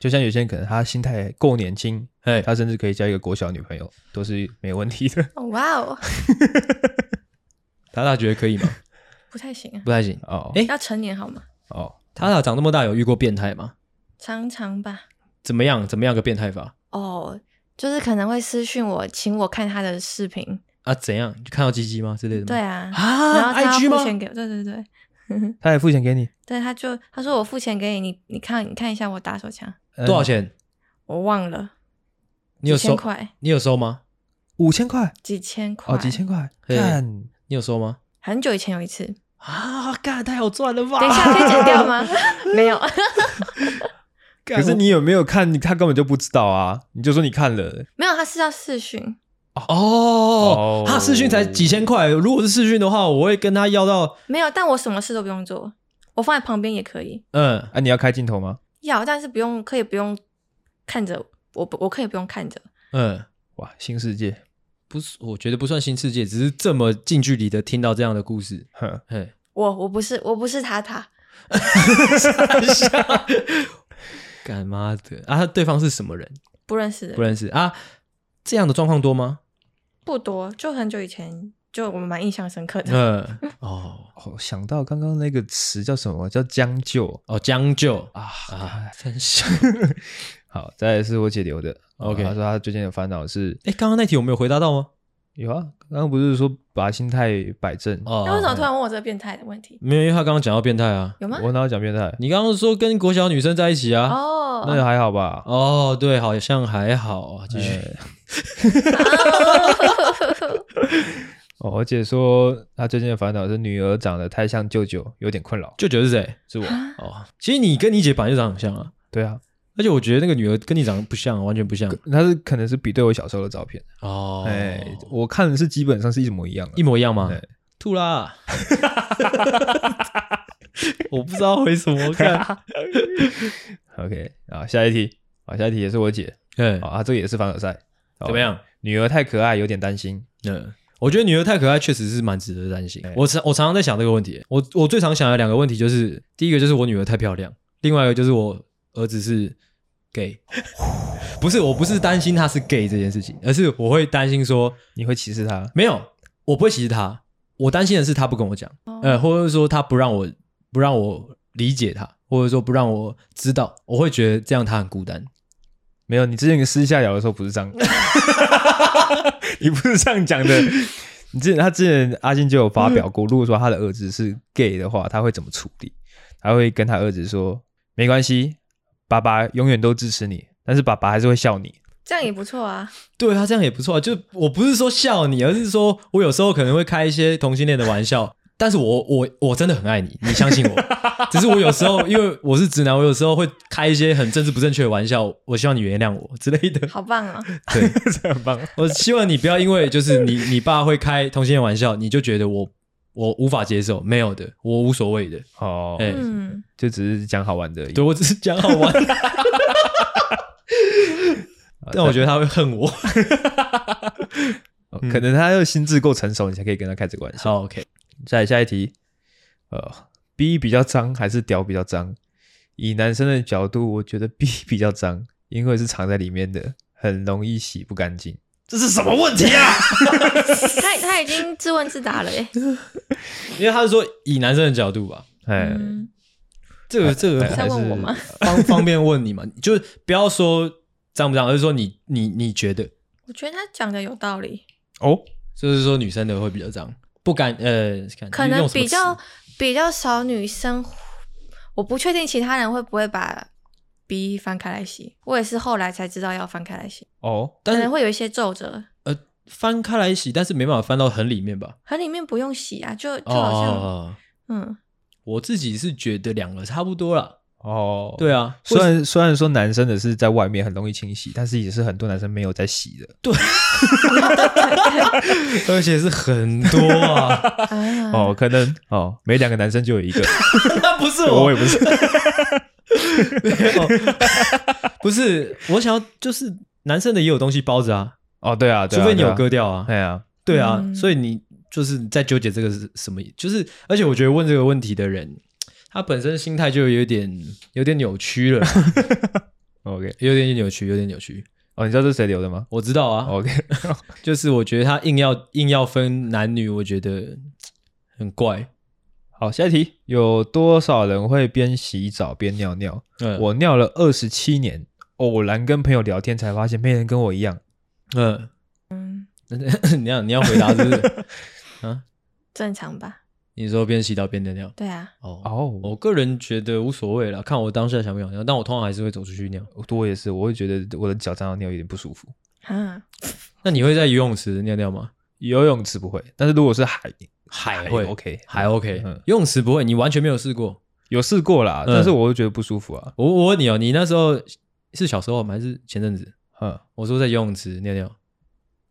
[SPEAKER 1] 就像有些人可能他心态够年轻，
[SPEAKER 2] 哎、
[SPEAKER 1] 他甚至可以交一个国小女朋友，都是没问题的。
[SPEAKER 3] 哦哇哦，
[SPEAKER 2] 塔塔觉得可以吗？
[SPEAKER 3] 不太行啊，
[SPEAKER 2] 不太行。
[SPEAKER 1] 哦，
[SPEAKER 2] 哎
[SPEAKER 3] 要成年好吗？
[SPEAKER 1] 哦，
[SPEAKER 2] 塔塔长这么大有遇过变态吗？
[SPEAKER 3] 常常吧。
[SPEAKER 2] 怎么样？怎么样个变态法
[SPEAKER 3] 哦，就是可能会私讯我，请我看他的视频。
[SPEAKER 1] 嗯
[SPEAKER 2] 啊？怎样？就看到鸡鸡吗之类的
[SPEAKER 3] 对
[SPEAKER 2] 吗？
[SPEAKER 3] 啊，然后
[SPEAKER 2] 啊
[SPEAKER 3] 他要
[SPEAKER 2] ，IG
[SPEAKER 3] 付钱
[SPEAKER 2] 吗？
[SPEAKER 3] 给我，对对对，
[SPEAKER 1] 他还付钱给你，
[SPEAKER 3] 对，他就他说我付钱给你，你你看你看一下我打手枪，
[SPEAKER 1] 嗯
[SPEAKER 2] 多少？钱？
[SPEAKER 3] 我忘了，
[SPEAKER 2] 你有
[SPEAKER 3] 呃几千
[SPEAKER 2] 收？
[SPEAKER 3] 块，
[SPEAKER 2] 你有收吗？
[SPEAKER 1] 五千块
[SPEAKER 3] 几千块，
[SPEAKER 1] 哦，几千块，
[SPEAKER 2] 嘿
[SPEAKER 1] 看
[SPEAKER 2] 你有收吗？
[SPEAKER 3] 很久以前有一 次，
[SPEAKER 2] 啊，干太好赚了吧！
[SPEAKER 3] 等一下可以剪掉吗？ 没有，
[SPEAKER 2] 干
[SPEAKER 1] 可是你有没有看？你他根本就不知道啊！你就说你看了，
[SPEAKER 3] 没有，他是要视讯，
[SPEAKER 2] 哦
[SPEAKER 1] 哦，
[SPEAKER 2] 他视讯才几千块，如果是视讯的话，我会跟他要到
[SPEAKER 3] 没有，但我什么事都不用做，我放在旁边也可以，
[SPEAKER 2] 嗯
[SPEAKER 1] 啊，你要开镜头吗？
[SPEAKER 3] 要，但是不用，可以不用看着我，不，我可以不用看着，
[SPEAKER 2] 嗯，
[SPEAKER 1] 哇，新世界，
[SPEAKER 2] 不是，我觉得不算新世界，只是这么近距离的听到这样的故事，
[SPEAKER 1] 哼，
[SPEAKER 2] 嘿，
[SPEAKER 3] 我我不是我不是塔塔，
[SPEAKER 2] 干妈的啊！对方是什么人？
[SPEAKER 3] 不认识的人
[SPEAKER 2] 不认识啊？这样的状况多吗？
[SPEAKER 3] 不多，就很久以前，就我们蛮印象深刻的。
[SPEAKER 2] 嗯， 哦
[SPEAKER 1] 哦，想到刚刚那个词叫什么？叫将就
[SPEAKER 2] 哦，将就
[SPEAKER 1] 啊。
[SPEAKER 2] 啊，真是。
[SPEAKER 1] 好，再来是我姐留的。哦
[SPEAKER 2] OK
[SPEAKER 1] 她说她最近的烦恼是
[SPEAKER 2] 哎，刚刚那题我没有回答到吗？
[SPEAKER 1] 有啊，刚刚不是说把心态摆正？
[SPEAKER 2] 哦，
[SPEAKER 3] 那为什么突然问我这个变态的问题？
[SPEAKER 2] 没有？因为他刚刚讲到变态啊，
[SPEAKER 3] 有吗？
[SPEAKER 1] 我哪有讲变态？
[SPEAKER 2] 你刚刚说跟国小女生在一起啊？
[SPEAKER 1] 那
[SPEAKER 3] 哦，
[SPEAKER 1] 个还好吧？
[SPEAKER 2] 哦，对，好像还好啊，继续。
[SPEAKER 1] 哎哦，我姐说她最近的烦恼是女儿长得太像舅舅，有点困扰。
[SPEAKER 2] 舅舅是谁？
[SPEAKER 1] 是我，
[SPEAKER 3] 啊
[SPEAKER 2] 哦，其实你跟你姐本来就长得很像啊，
[SPEAKER 1] 对啊，
[SPEAKER 2] 而且我觉得那个女儿跟你长得不像啊，完全不像
[SPEAKER 1] 她是可能是比对我小时候的照片。
[SPEAKER 2] 哦，
[SPEAKER 1] 哎、我看的是基本上是一模一样的
[SPEAKER 2] 一。模一样吗
[SPEAKER 1] 对？
[SPEAKER 2] 吐啦！我不知道回什 么看。
[SPEAKER 1] OK 啊，下一题啊，下一题也是我姐
[SPEAKER 2] 嗯
[SPEAKER 1] 啊，她这个也是凡尔赛，哦
[SPEAKER 2] 怎么？样？
[SPEAKER 1] 女儿太可爱，有点担心。
[SPEAKER 2] 嗯，我觉得女儿太可爱，确实是蛮值得担心。
[SPEAKER 1] 哎
[SPEAKER 2] 我常我常常在想这个问题，我我最常想的两个问题就是，第一个就是我女儿太漂亮，另外一个就是我儿子是 gay。不是，我不是担心他是 gay 这件事情，而是我会担心说，
[SPEAKER 1] 你会歧视她？
[SPEAKER 2] 没有，我不会歧视他，我担心的是他不跟我讲，呃，或者说他不让我不让我理解他，或者说不让我知道，我会觉得这样他很孤单。
[SPEAKER 1] 没有，你之前私下聊的时候不是这样， 你不是这样讲 的。你之前他之前阿信就有发表过，如果说他的儿子是 gay 的话，他会怎么处理？他会跟他儿子说：“没关系，爸爸永远都支持你，但是爸爸还是会笑你。
[SPEAKER 3] 这样也不错啊。
[SPEAKER 2] 对他这样也不错啊，就我不是说笑你，而是说我有时候可能会开一些同性恋的玩笑， 但是我我我真的很爱你，你相信我。 只是我有时候因为我是直男，我有时候会开一些很政治不正确的玩笑，我希望你原谅我之类的。
[SPEAKER 3] 好棒啊！
[SPEAKER 2] 对，”
[SPEAKER 1] 这很棒。
[SPEAKER 2] 我希望你不要因为就是你你爸会开同性恋玩笑，你就觉得我我无法接受，没有的，我无所谓的。
[SPEAKER 1] 哦，
[SPEAKER 2] 哎
[SPEAKER 3] 嗯，
[SPEAKER 1] 就只是讲好玩的而已。
[SPEAKER 2] 对我只是讲好 玩，但我觉得他会恨我。
[SPEAKER 1] 哦
[SPEAKER 2] 嗯
[SPEAKER 1] 可能他要心智够成熟，你才可以跟他开这个玩笑。
[SPEAKER 2] 好，OK，
[SPEAKER 1] 再来下一题，呃，B 比较脏还是屌比较脏？以男生的角度，我觉得 B 比较脏，因为是藏在里面的，很容易洗不干净。这是什么问题啊？
[SPEAKER 3] 他他已经自问自答 了耶。
[SPEAKER 2] 因为他是说以男生的角度吧，
[SPEAKER 1] 哎，
[SPEAKER 3] 嗯，
[SPEAKER 2] 这个这个
[SPEAKER 1] 哎
[SPEAKER 3] 在问我吗？
[SPEAKER 2] 方方便问你嘛，就是不要说脏不脏，而是说你你你觉得，
[SPEAKER 3] 我觉得他讲的有道理，
[SPEAKER 1] 哦，
[SPEAKER 2] 就是说女生的会比较脏，不敢呃，看
[SPEAKER 3] 可
[SPEAKER 2] 用
[SPEAKER 3] 能
[SPEAKER 2] 什么
[SPEAKER 3] 比较
[SPEAKER 2] 词
[SPEAKER 3] 比较少女生，我不确定其他人会不会把 B 翻开来洗。我也是后来才知道要翻开来洗，
[SPEAKER 1] 哦，
[SPEAKER 2] 但
[SPEAKER 3] 可
[SPEAKER 2] 是
[SPEAKER 3] 能会有一些皱褶。
[SPEAKER 2] 呃，翻开来洗，但是没办法翻到很里面吧？
[SPEAKER 3] 很里面不用洗啊，就就好像、
[SPEAKER 2] 哦
[SPEAKER 3] 嗯，
[SPEAKER 2] 我自己是觉得两个差不多啦。
[SPEAKER 1] 哦，
[SPEAKER 2] 对啊，
[SPEAKER 1] 虽然虽然说男生的是在外面很容易清洗，但是也是很多男生没有在洗的。
[SPEAKER 3] 啊
[SPEAKER 2] 而且是很多 啊，
[SPEAKER 3] 啊
[SPEAKER 1] 哦，可能哦，每两个男生就有 一个，
[SPEAKER 2] 那不是
[SPEAKER 1] 我
[SPEAKER 2] 我
[SPEAKER 1] 也不是。
[SPEAKER 2] 不是我想要，就是男生的也有东西包着啊，
[SPEAKER 1] 哦，对啊，对
[SPEAKER 2] 除
[SPEAKER 1] 啊
[SPEAKER 2] 非你有，
[SPEAKER 1] 对
[SPEAKER 2] 割掉啊
[SPEAKER 1] 啊，哎呀，
[SPEAKER 2] 对啊，
[SPEAKER 3] 嗯
[SPEAKER 2] 所以你就是在纠结这个是什么，就是而且我觉得问这个问题的人，他本身心态就有点有点扭曲了，
[SPEAKER 1] OK，
[SPEAKER 2] 有点扭曲，有点扭曲。
[SPEAKER 1] 哦，你知道这是谁留的吗
[SPEAKER 2] 我知道啊，
[SPEAKER 1] ？OK，
[SPEAKER 2] 就是我觉得他硬要硬要分男女，我觉得很怪。
[SPEAKER 1] 好，下一题，有多少人会边洗澡边尿尿？
[SPEAKER 2] 嗯，
[SPEAKER 1] 我尿了二十七年，偶然跟朋友聊天才发现没人跟我一样。
[SPEAKER 2] 嗯 你要你要回答是不是？
[SPEAKER 3] 正常吧？
[SPEAKER 2] 你说边洗澡边尿尿
[SPEAKER 3] 对啊，
[SPEAKER 2] 哦。
[SPEAKER 1] 哦，
[SPEAKER 2] 我个人觉得无所谓啦，看我当下想不想尿，但我通常还是会走出去尿。
[SPEAKER 1] 哦我也是，我会觉得我的脚沾到尿有点不舒服。
[SPEAKER 3] 啊，
[SPEAKER 2] 那你会在游泳池尿尿吗？
[SPEAKER 1] 游泳池不会，但是如果是海，
[SPEAKER 2] 海
[SPEAKER 1] 会
[SPEAKER 2] 会
[SPEAKER 1] OK，
[SPEAKER 2] 还 OK，、
[SPEAKER 1] 嗯
[SPEAKER 2] 游泳池不会，你完全没有试过。
[SPEAKER 1] 有试过啦，
[SPEAKER 2] 嗯
[SPEAKER 1] 但是我会觉得不舒服啊。
[SPEAKER 2] 我我问你哦，你那时候是小时候吗？还是前阵子？
[SPEAKER 1] 嗯，
[SPEAKER 2] 我说在游泳池尿尿。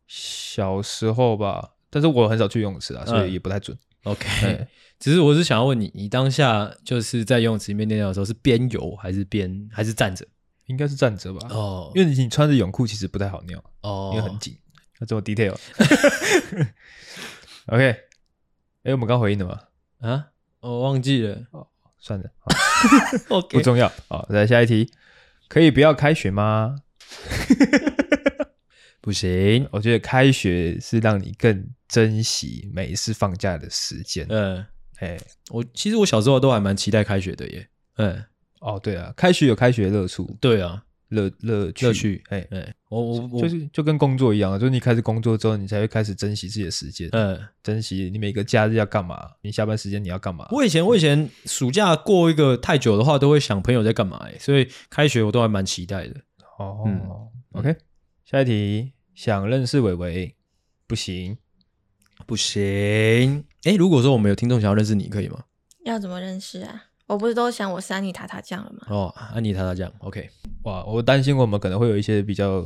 [SPEAKER 1] 小时候吧，但是我很少去游泳池啊，所以也不太 准。
[SPEAKER 2] OK，、
[SPEAKER 1] 嗯
[SPEAKER 2] 只是我是想要问你，你当下就是在游泳池里面尿尿的时候，是边游还是边还是站着？
[SPEAKER 1] 应该是站着吧，
[SPEAKER 2] 哦
[SPEAKER 1] 因为你穿着泳裤其实不太好尿，
[SPEAKER 2] 哦
[SPEAKER 1] 因为很紧。要这么 detail。OK，哎、我们刚回应的嘛，
[SPEAKER 2] 啊，我忘记了。
[SPEAKER 1] 哦算了，好
[SPEAKER 2] OK，
[SPEAKER 1] 不重要。好，再来下一题，可以不要开学吗？
[SPEAKER 2] 不行。
[SPEAKER 1] 我觉得开学是让你更珍惜每一次放假的时间。
[SPEAKER 2] 嗯，
[SPEAKER 1] 哎、
[SPEAKER 2] 我其实我小时候都还蛮期待开学的耶。嗯，
[SPEAKER 1] 哦，对啊，开学有开学的乐处，
[SPEAKER 2] 对啊，
[SPEAKER 1] 乐乐趣，
[SPEAKER 2] 乐趣
[SPEAKER 1] 哎、
[SPEAKER 2] 嗯，我我我，
[SPEAKER 1] 就是就跟工作一样啊，就是你开始工作之后，你才会开始珍惜自己的时间，
[SPEAKER 2] 嗯，
[SPEAKER 1] 珍惜你每个假日要干嘛，你下班时间你要干嘛。
[SPEAKER 2] 我以前我以前暑假过一个太久的话，都会想朋友在干嘛耶，所以开学我都还蛮期待的。
[SPEAKER 1] 哦、
[SPEAKER 2] 嗯
[SPEAKER 1] o k 下一题，想认识伟伟，不行，
[SPEAKER 2] 不行。哎，如果说我们有听众想要认识你，可以吗？
[SPEAKER 3] 要怎么认识啊？我不是都想我是安妮塔塔酱了吗？
[SPEAKER 2] 哦，安妮塔塔酱，OK，
[SPEAKER 1] 哇，我担心我们可能会有一些比较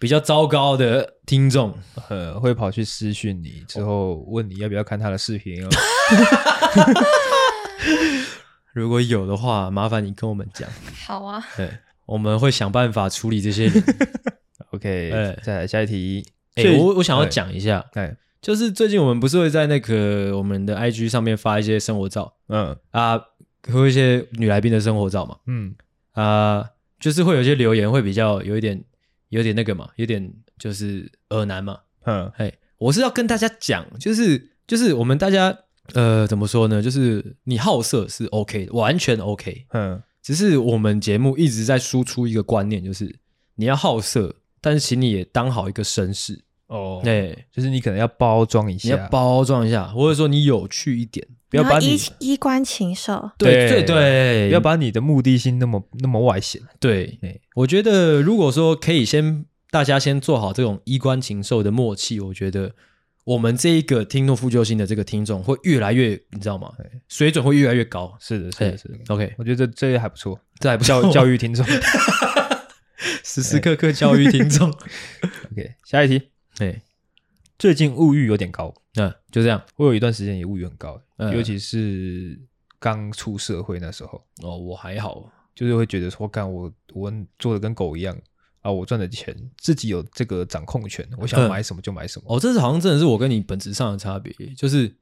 [SPEAKER 2] 比较糟糕的听众，
[SPEAKER 1] 呃会跑去私讯你，之后问你要不要看他的视 频哦。
[SPEAKER 2] 如果有的话，麻烦你跟我们讲，
[SPEAKER 3] 好啊，
[SPEAKER 2] 对，我们会想办法处理这些人。
[SPEAKER 1] OK，、
[SPEAKER 2] 哎
[SPEAKER 1] 再来下一题。
[SPEAKER 2] 哎、
[SPEAKER 1] 最
[SPEAKER 2] 我我想要，讲一下，
[SPEAKER 1] 哎、哎
[SPEAKER 2] 就是最近我们不是会在那个我们的 IG 上面发一些生活照
[SPEAKER 1] 嗯
[SPEAKER 2] 啊，和一些女来宾的生活照嘛，
[SPEAKER 1] 嗯，
[SPEAKER 2] 啊，就是会有一些留言会比较有一点有点那个嘛，有点就是耳难嘛，
[SPEAKER 1] 嗯，
[SPEAKER 2] 哎，我是要跟大家讲，就是就是我们大家呃怎么说呢？就是你好色是 OK 的，完全 OK，
[SPEAKER 1] 嗯，
[SPEAKER 2] 只是我们节目一直在输出一个观念，就是你要好色，但是请你也当好一个绅士，
[SPEAKER 1] 哦啊
[SPEAKER 2] 哎、
[SPEAKER 1] 就是你可能要包装一
[SPEAKER 2] 你
[SPEAKER 1] 下，
[SPEAKER 2] 要包装一下，或者说你有趣一点，
[SPEAKER 1] 不要
[SPEAKER 3] 然后
[SPEAKER 1] 把你
[SPEAKER 3] 衣衣冠禽兽，
[SPEAKER 2] 对
[SPEAKER 1] 对
[SPEAKER 2] 对对，
[SPEAKER 1] 不要把你的目的性那么那么外显。
[SPEAKER 2] 对
[SPEAKER 1] 对，
[SPEAKER 2] 我觉得如果说可以先大家先做好这种衣冠禽兽的默契，我觉得我们这一个听众复旧心的这个听众会越来越，你知道吗
[SPEAKER 1] 对？
[SPEAKER 2] 水准会越来越高。
[SPEAKER 1] 是的，是
[SPEAKER 2] 对
[SPEAKER 1] 的，是的。
[SPEAKER 2] ，OK，
[SPEAKER 1] 我觉得这哎这还不错，
[SPEAKER 2] 这还不
[SPEAKER 1] 教教
[SPEAKER 2] 育，
[SPEAKER 1] 育听众。
[SPEAKER 2] 时时刻刻教育听 众。
[SPEAKER 1] OK，下一题。
[SPEAKER 2] 对，
[SPEAKER 1] 最近物欲有点高，
[SPEAKER 2] 那就这样。
[SPEAKER 1] 我有一段时间也物欲很高，
[SPEAKER 2] 嗯
[SPEAKER 1] 尤其是刚出社会那时候，
[SPEAKER 2] 哦，我还好，
[SPEAKER 1] 就是会觉得说，干我我做的跟狗一样啊，我赚的钱自己有这个掌控权，我想
[SPEAKER 2] 嗯
[SPEAKER 1] 买什么就买什么。
[SPEAKER 2] 哦，这是好像真的是我跟你本质上的差别，就是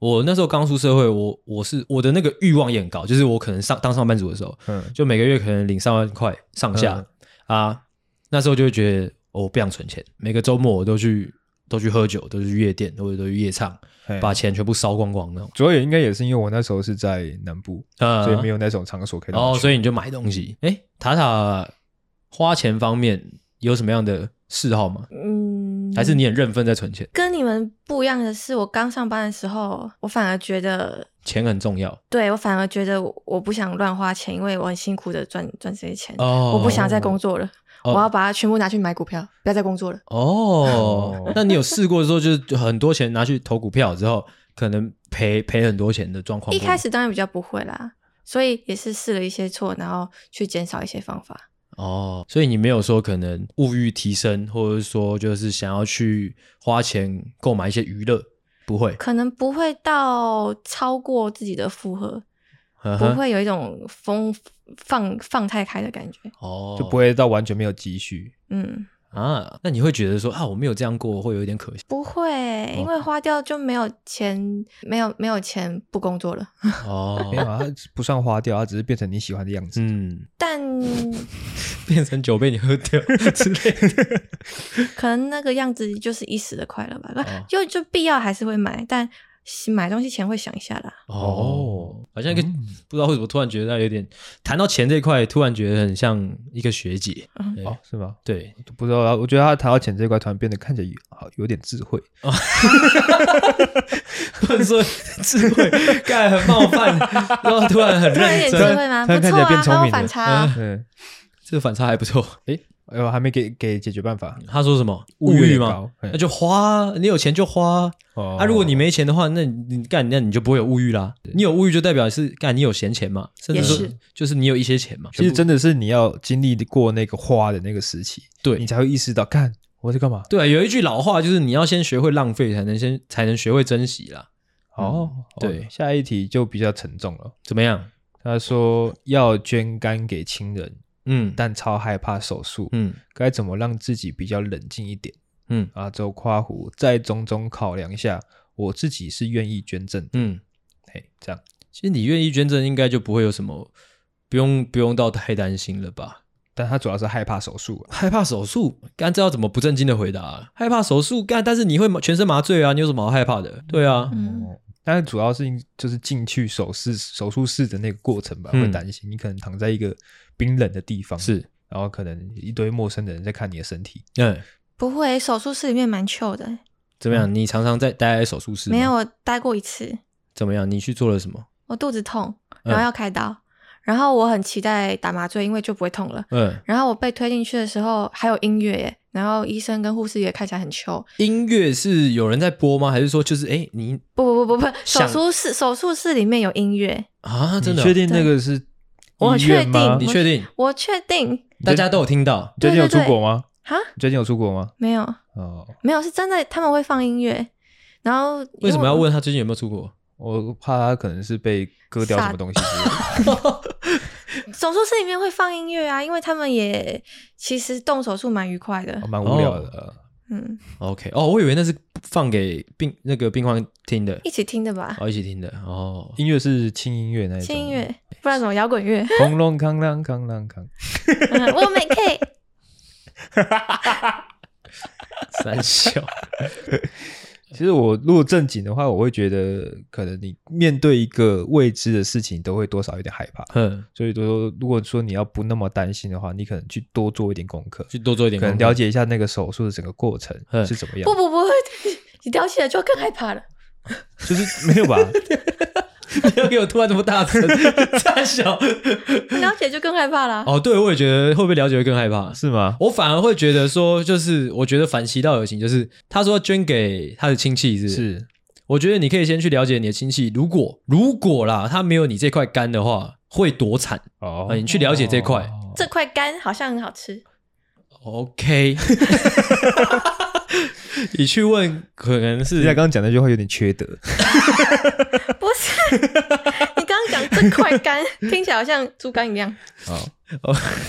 [SPEAKER 2] 我那时候刚出社会，我我是我的那个欲望也很高，就是我可能上当上班族的时候，
[SPEAKER 1] 嗯，
[SPEAKER 2] 就每个月可能领上万块上下、啊，那时候就会觉得、哦我不想存钱，每个周末我都去都去喝酒，都去夜店或者都去夜唱，
[SPEAKER 1] 嘿
[SPEAKER 2] 把钱全部烧光光那种。
[SPEAKER 1] 主要也应该也是因为我那时候是在南部，
[SPEAKER 2] 啊，
[SPEAKER 1] 所以没
[SPEAKER 2] 有。
[SPEAKER 1] 有那种场所可以让我
[SPEAKER 2] 哦，
[SPEAKER 1] 去
[SPEAKER 2] 所以你就买东西。哎，塔塔花钱方面有什么样的嗜好吗？
[SPEAKER 3] 嗯，
[SPEAKER 2] 还是你很认份在存钱？
[SPEAKER 3] 跟你们不一样的是，我刚上班的时候，我反而觉得，
[SPEAKER 2] 钱很重要
[SPEAKER 3] 对我反而觉得我不想乱花钱，因为我很辛苦的赚赚这些钱，
[SPEAKER 2] 哦
[SPEAKER 3] 我不想再工作了。
[SPEAKER 2] 哦
[SPEAKER 3] 我要把它全部拿去买股票，不要再工作了。
[SPEAKER 2] 哦
[SPEAKER 1] 哦，
[SPEAKER 2] 那你有试过说，就是很多钱拿去投股票之后，可能赔赔很多钱的状况过
[SPEAKER 3] 一
[SPEAKER 2] 吗？
[SPEAKER 3] 开始当然比较不会啦，所以也是试了一些错，然后去减少一些方法。
[SPEAKER 2] 哦，所以你没有说可能物欲提升，或者说就是想要去花钱购买一些娱乐，不会，
[SPEAKER 3] 可能不会到超过自己的负荷，
[SPEAKER 2] 不
[SPEAKER 3] 不会有一种风放放太开的感觉。
[SPEAKER 2] 哦，
[SPEAKER 1] 就不会到完全没有积蓄。
[SPEAKER 3] 嗯，
[SPEAKER 2] 啊？那你会觉得说啊，我没有这样过，会有一点可惜
[SPEAKER 3] 不会，
[SPEAKER 2] 哦
[SPEAKER 3] 因为花掉就没有钱，没有没有钱不工作了。
[SPEAKER 2] 哦
[SPEAKER 1] 没。有啊，它不算花掉，它只是变成你喜欢的样子。
[SPEAKER 2] 嗯，
[SPEAKER 3] 但
[SPEAKER 2] 变成酒被你喝掉之类 的。
[SPEAKER 3] 可能那个样子就是一时的快乐吧，
[SPEAKER 2] 哦
[SPEAKER 3] 就就必要还是会买，但买东西前会想一下啦。
[SPEAKER 2] 哦，好像一个、
[SPEAKER 1] 嗯
[SPEAKER 2] 不知道为什么突然觉得有点谈到钱这一块，突然觉得很像一个学姐。
[SPEAKER 3] 嗯
[SPEAKER 2] 对
[SPEAKER 1] 哦，是吗？
[SPEAKER 2] 对，
[SPEAKER 1] 不知道啊，我觉得他谈到钱这一块，突然变得看起来有好有点智 慧。
[SPEAKER 2] 不能说智慧， 干很冒犯， 然后突然很
[SPEAKER 3] 突然有
[SPEAKER 2] 认
[SPEAKER 3] 点智
[SPEAKER 2] 真，
[SPEAKER 3] 慧吗？
[SPEAKER 1] 突
[SPEAKER 3] 不
[SPEAKER 1] 然看
[SPEAKER 3] 错
[SPEAKER 1] 起来变
[SPEAKER 3] 啊，
[SPEAKER 1] 聪
[SPEAKER 3] 很有
[SPEAKER 1] 明
[SPEAKER 3] 反
[SPEAKER 1] 了
[SPEAKER 3] 差啊、
[SPEAKER 1] 嗯，
[SPEAKER 2] 这个反差还不错。诶，
[SPEAKER 1] 哎呦，还没给给解决办法，
[SPEAKER 2] 他说什么
[SPEAKER 1] 物
[SPEAKER 2] 物
[SPEAKER 1] 欲
[SPEAKER 2] 欲
[SPEAKER 1] 也
[SPEAKER 2] 嘛
[SPEAKER 1] 高，嘿
[SPEAKER 2] 那就花啊，你有钱就花啊。
[SPEAKER 1] 哦
[SPEAKER 2] 啊，如果你没钱的话，那你你干，那你就不会有物欲啦。你有物欲就代表是干，你有闲钱嘛，甚至
[SPEAKER 3] 也
[SPEAKER 2] 说
[SPEAKER 3] 是
[SPEAKER 2] 就是你有一些钱嘛。
[SPEAKER 1] 其实真的是你要经历过那个花的那个时期，
[SPEAKER 2] 对
[SPEAKER 1] 你才会意识到，看我在干嘛。
[SPEAKER 2] 对啊，有一句老话就是你要先学会浪费，才能先才能学会珍惜啦。
[SPEAKER 1] 哦，
[SPEAKER 2] 嗯对
[SPEAKER 1] 哦下一题就比较沉重了。
[SPEAKER 2] 怎么样？
[SPEAKER 1] 他说要捐肝给亲人，
[SPEAKER 2] 嗯
[SPEAKER 1] 但超害怕手术，
[SPEAKER 2] 嗯
[SPEAKER 1] 该怎么让自己比较冷静一点？
[SPEAKER 2] 嗯
[SPEAKER 1] 啊，周夸胡在种种考量下，我自己是愿意捐赠的。
[SPEAKER 2] 嗯，
[SPEAKER 1] 嘿，这样
[SPEAKER 2] 其实你愿意捐赠，应该就不会有什么不用不用到太担心了吧？
[SPEAKER 1] 但他主要是害怕手术、啊，
[SPEAKER 2] 害怕手术，干这要怎么不正经的回答啊、害怕手术干，但是你会全身麻醉啊，你有什么好害怕的？对啊，
[SPEAKER 3] 嗯，
[SPEAKER 1] 哦但是主要是因就是进去手术手术室的那个过程吧，
[SPEAKER 2] 嗯
[SPEAKER 1] 会担心你可能躺在一个冰冷的地方，
[SPEAKER 2] 是，
[SPEAKER 1] 然后可能一堆陌生的人在看你的身体，
[SPEAKER 2] 嗯，
[SPEAKER 3] 不会，手术室里面蛮 chill 的。
[SPEAKER 2] 怎
[SPEAKER 1] 嗯
[SPEAKER 2] 么样？你常常在待在手术室？
[SPEAKER 3] 没有，，我待过一次，
[SPEAKER 2] 怎么样？你去做了什么？
[SPEAKER 3] 我肚子痛，
[SPEAKER 2] 嗯
[SPEAKER 3] 然后要开刀，然后我很期待打麻醉，因为就不会痛了。
[SPEAKER 2] 嗯，
[SPEAKER 3] 然后我被推进去的时候还有音乐耶，然后医生跟护士也看起来很 chill。
[SPEAKER 2] 音乐是有人在播吗？还是说就是哎、诶你
[SPEAKER 3] 不不不不不，手
[SPEAKER 2] 想
[SPEAKER 3] 术室手术室里面有音乐，
[SPEAKER 2] 啊，真的
[SPEAKER 1] 你
[SPEAKER 2] 哦、
[SPEAKER 1] 确定那个是
[SPEAKER 3] 我
[SPEAKER 1] 医院吗？
[SPEAKER 3] 确
[SPEAKER 2] 你
[SPEAKER 3] 定
[SPEAKER 2] 确定？
[SPEAKER 3] 我确定
[SPEAKER 2] 大家都有听到
[SPEAKER 1] 你最近有
[SPEAKER 3] 对对
[SPEAKER 1] 出
[SPEAKER 3] 对
[SPEAKER 1] 国吗？
[SPEAKER 3] 哈，
[SPEAKER 1] 你最近有出国吗？
[SPEAKER 3] 没有
[SPEAKER 1] 哦，
[SPEAKER 3] 没有是真的，他们会放音乐，然后
[SPEAKER 2] 为什么要
[SPEAKER 3] 因我？
[SPEAKER 2] 问他最近有没有出国？
[SPEAKER 1] 我怕他可能是被割掉什么东西之类的。
[SPEAKER 3] 手术室里面会放音乐啊，因为他们也其实动手术蛮愉快的
[SPEAKER 1] 哦，蛮无聊的。
[SPEAKER 3] 嗯，
[SPEAKER 2] OK，哦，我以为那是放给病那个病患听的，
[SPEAKER 3] 一起听的吧，
[SPEAKER 2] 哦，一起听的， 哦，
[SPEAKER 1] 音乐是轻音乐那一种，
[SPEAKER 3] 轻音乐，不然什么摇滚 乐？
[SPEAKER 1] 轰隆康啷康啷康。
[SPEAKER 3] 嗯我没 K，
[SPEAKER 2] 啊三 小，
[SPEAKER 1] 其实我如果正经的话，我会觉得可能你面对一个未知的事情，都会多少有点害怕。
[SPEAKER 2] 嗯，
[SPEAKER 1] 所以说，如果说你要不那么担心的话，你可能去多做一点功课，
[SPEAKER 2] 去多做一点
[SPEAKER 1] 可
[SPEAKER 2] 功
[SPEAKER 1] 能
[SPEAKER 2] 课
[SPEAKER 1] 了解一下那个手术的整个过程
[SPEAKER 2] 嗯
[SPEAKER 1] 是怎么样
[SPEAKER 3] 不。不不，你掉起来就更害怕了。
[SPEAKER 1] 就是没有 吧？
[SPEAKER 2] 不 要给我突然这么 大声，太小。
[SPEAKER 3] 了解就更害怕啦。
[SPEAKER 2] 哦，对，我也觉得会不会了解会更害怕？
[SPEAKER 1] 是吗？
[SPEAKER 2] 我反而会觉得说，就是我觉得反其道而行，就是他说捐给他的亲戚是不是，
[SPEAKER 1] 是
[SPEAKER 2] 我觉得你可以先去了解你的亲戚，如果如果啦，他没有你这块肝的话，会多惨。
[SPEAKER 1] 哦
[SPEAKER 2] 啊你去了解这块
[SPEAKER 1] 哦
[SPEAKER 3] 这块肝好像很 好吃，
[SPEAKER 2] OK，你去问，可能
[SPEAKER 1] 人家
[SPEAKER 2] 是
[SPEAKER 1] 刚刚讲那句话有点缺德，
[SPEAKER 3] 不是？ 你刚刚讲这块肝 听起来好像猪肝一样，
[SPEAKER 2] 哦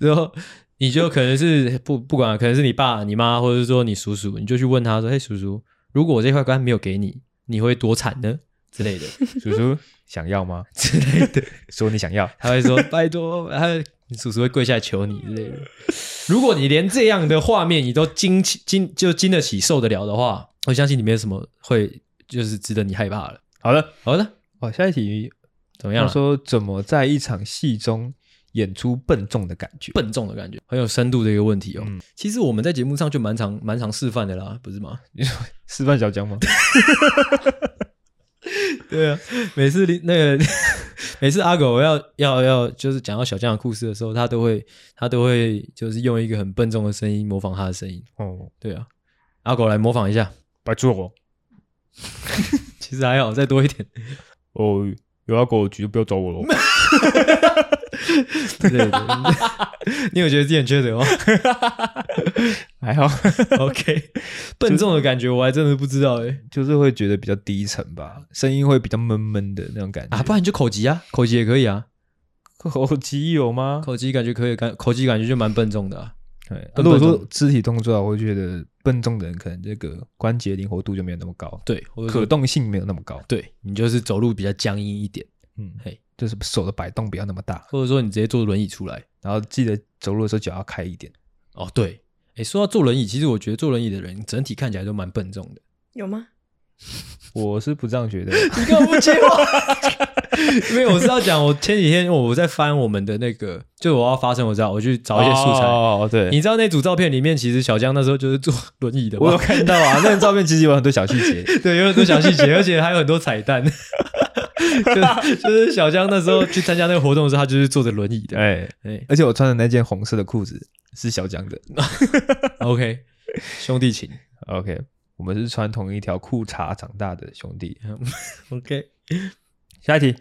[SPEAKER 2] 然后你就可能是不不管，可能是你爸、你妈，或者是说你叔叔，你就去问他说：“嘿，叔叔，如果我这块肝没有给你，你会多惨呢？”之类的
[SPEAKER 1] 叔叔想要吗？
[SPEAKER 2] 之类的，
[SPEAKER 1] 说你想要，
[SPEAKER 2] 他会说：“ 拜托。”他会你叔叔会跪下来求你之类的。如果你连这样的画面你都经起经就经得起受得了的话，我相信你没有什么会就是值得你害怕了。
[SPEAKER 1] 好了，
[SPEAKER 2] 好的，
[SPEAKER 1] 哦，下一题
[SPEAKER 2] 怎么样
[SPEAKER 1] 他
[SPEAKER 2] 啊了？
[SPEAKER 1] 说怎么在一场戏中演出笨重的感觉？
[SPEAKER 2] 笨重的感觉，很有深度的一个问题哦。
[SPEAKER 1] 嗯
[SPEAKER 2] 其实我们在节目上就蛮 常蛮常示范的啦，不是吗？
[SPEAKER 1] 示范小江吗？
[SPEAKER 2] 对啊，每次林那个 每次阿狗要要要就是讲到小将的故事的时候，他都会他都会就是用一个很笨重的声音模仿他的声音。
[SPEAKER 1] 哦，
[SPEAKER 2] 对啊，阿狗来模仿一下，
[SPEAKER 1] 白做哦，
[SPEAKER 2] 其实还好，再多一点。
[SPEAKER 1] 哦，有要狗局就不要找 我了。
[SPEAKER 2] 对对对， 你有觉得自己很缺德吗
[SPEAKER 1] 还好，
[SPEAKER 2] ？OK，笨重的感觉我还真的不知道哎、
[SPEAKER 1] 就是会觉得比较低沉吧，声音会比较闷闷的那种感觉。
[SPEAKER 2] 啊，不然你就口级啊，口级也可以啊，
[SPEAKER 1] 口疾有吗？
[SPEAKER 2] 口级感觉可以，感口级感觉就蛮笨重的、啊。
[SPEAKER 1] 对，啊
[SPEAKER 2] 笨
[SPEAKER 1] 如果
[SPEAKER 2] 笨
[SPEAKER 1] 说
[SPEAKER 2] 重
[SPEAKER 1] 肢体动作啊，我会觉得笨重的人可能这个关节灵活度就没有那么高，
[SPEAKER 2] 对，或者
[SPEAKER 1] 可
[SPEAKER 2] 说
[SPEAKER 1] 动性没有那么高。
[SPEAKER 2] 对你就是走路比较僵硬一点，
[SPEAKER 1] 嗯，
[SPEAKER 2] 嘿，
[SPEAKER 1] 就是手的摆动不要那么大，
[SPEAKER 2] 或者说你直接坐轮椅出来。
[SPEAKER 1] 然后记得走路的时候脚要开一点。
[SPEAKER 2] 哦，对，哎，说到坐轮椅，其实我觉得坐轮椅的人整体看起来都蛮笨重的。
[SPEAKER 3] 有吗？
[SPEAKER 1] 我是不这样觉得，
[SPEAKER 2] 你干嘛不接 我？没有，我是要讲，我前几天我我在翻我们的那个，就我要发生，我知道，我去找一些素材。
[SPEAKER 1] 哦，对，
[SPEAKER 2] 你知道那组照片里面，其实小江那时候就是坐轮椅的
[SPEAKER 1] 我有
[SPEAKER 2] 吗？
[SPEAKER 1] 看到 啊，那张照片其实有很多小细 节。
[SPEAKER 2] 对，有很多小细节，而且还有很多彩蛋。 就是就是小江那时候去参加那个活动的时候，他就是坐着轮椅的。
[SPEAKER 1] 哎，
[SPEAKER 2] 哎
[SPEAKER 1] 而且我穿的那件红色的裤子是小江的。
[SPEAKER 2] ，OK，兄 弟情
[SPEAKER 1] OK，我们是穿同一条裤衩长大的兄弟。
[SPEAKER 2] ，OK，
[SPEAKER 1] 下一题，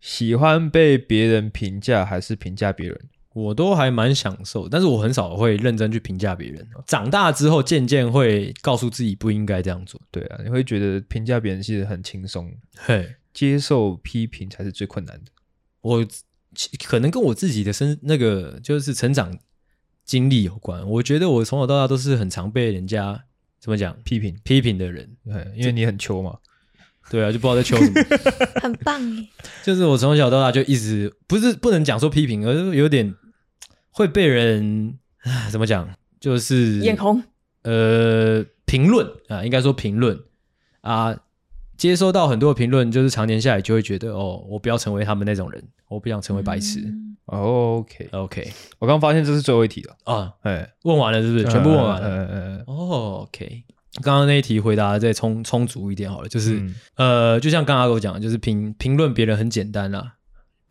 [SPEAKER 1] 喜欢被别人评价还是评价别人？
[SPEAKER 2] 我都还蛮享受，但是我很少会认真去评价别人。长大之后，渐渐会告诉自己不应该这样做。
[SPEAKER 1] 对啊，你会觉得评价别人其实很轻松，
[SPEAKER 2] 嘿，
[SPEAKER 1] 接受批评才是最困难的。
[SPEAKER 2] 我其可能跟我自己的身那个就是成长经历有关。我觉得我从小到大都是很常被人家怎么讲
[SPEAKER 1] 批评，
[SPEAKER 2] 批评的人。
[SPEAKER 1] 哎，因为你很穷嘛。
[SPEAKER 2] 对啊，就不知道在求什么。
[SPEAKER 3] 很棒耶！
[SPEAKER 2] 就是我从小到大就一直不是不能讲说批评，而是有点会被人啊怎么讲，就是
[SPEAKER 3] 眼红，
[SPEAKER 2] 呃评论啊，应该说评论啊，接收到很多的评论，就是常年下来就会觉得哦，我不要成为他们那种人，我不想成为白痴。
[SPEAKER 3] 嗯
[SPEAKER 1] OK，
[SPEAKER 2] OK
[SPEAKER 1] 我刚发现这是最后一题了。
[SPEAKER 2] 啊，
[SPEAKER 1] 哎，
[SPEAKER 2] 问完了是不是？全部问完了。
[SPEAKER 1] 嗯嗯嗯嗯
[SPEAKER 2] 哦，OK。刚刚那一题回答得再充充足一点好了，就是、
[SPEAKER 1] 嗯
[SPEAKER 2] 呃，就像刚刚我讲的，就是评评论别人很简单啦，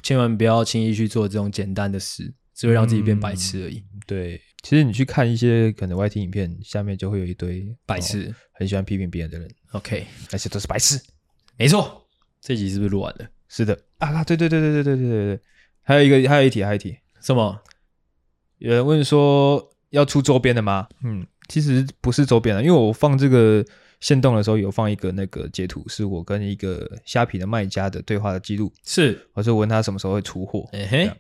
[SPEAKER 2] 千万不要轻易去做这种简单的事，只会让自己变白痴而已，
[SPEAKER 1] 嗯对，其实你去看一些可能 YT 影片，下面就会有一堆
[SPEAKER 2] 白
[SPEAKER 1] 哦
[SPEAKER 2] 痴。
[SPEAKER 1] 很喜欢批评别人的人，
[SPEAKER 2] OK，
[SPEAKER 1] 而且都是白痴。
[SPEAKER 2] 没错，这集是不是录完了？
[SPEAKER 1] 是的啊，对对对对对对对对对，还有一个还有一题还有一题，
[SPEAKER 2] 什么？
[SPEAKER 1] 有人问说要出周边的吗？嗯，其实不是周边的，因为我放这个线动的时候有放一个那个截图，是我跟一个虾皮的卖家的对话的记录，
[SPEAKER 2] 是，
[SPEAKER 1] 我就问他什么时候会出货。
[SPEAKER 2] 哎
[SPEAKER 1] 这
[SPEAKER 2] 嘿
[SPEAKER 1] 样，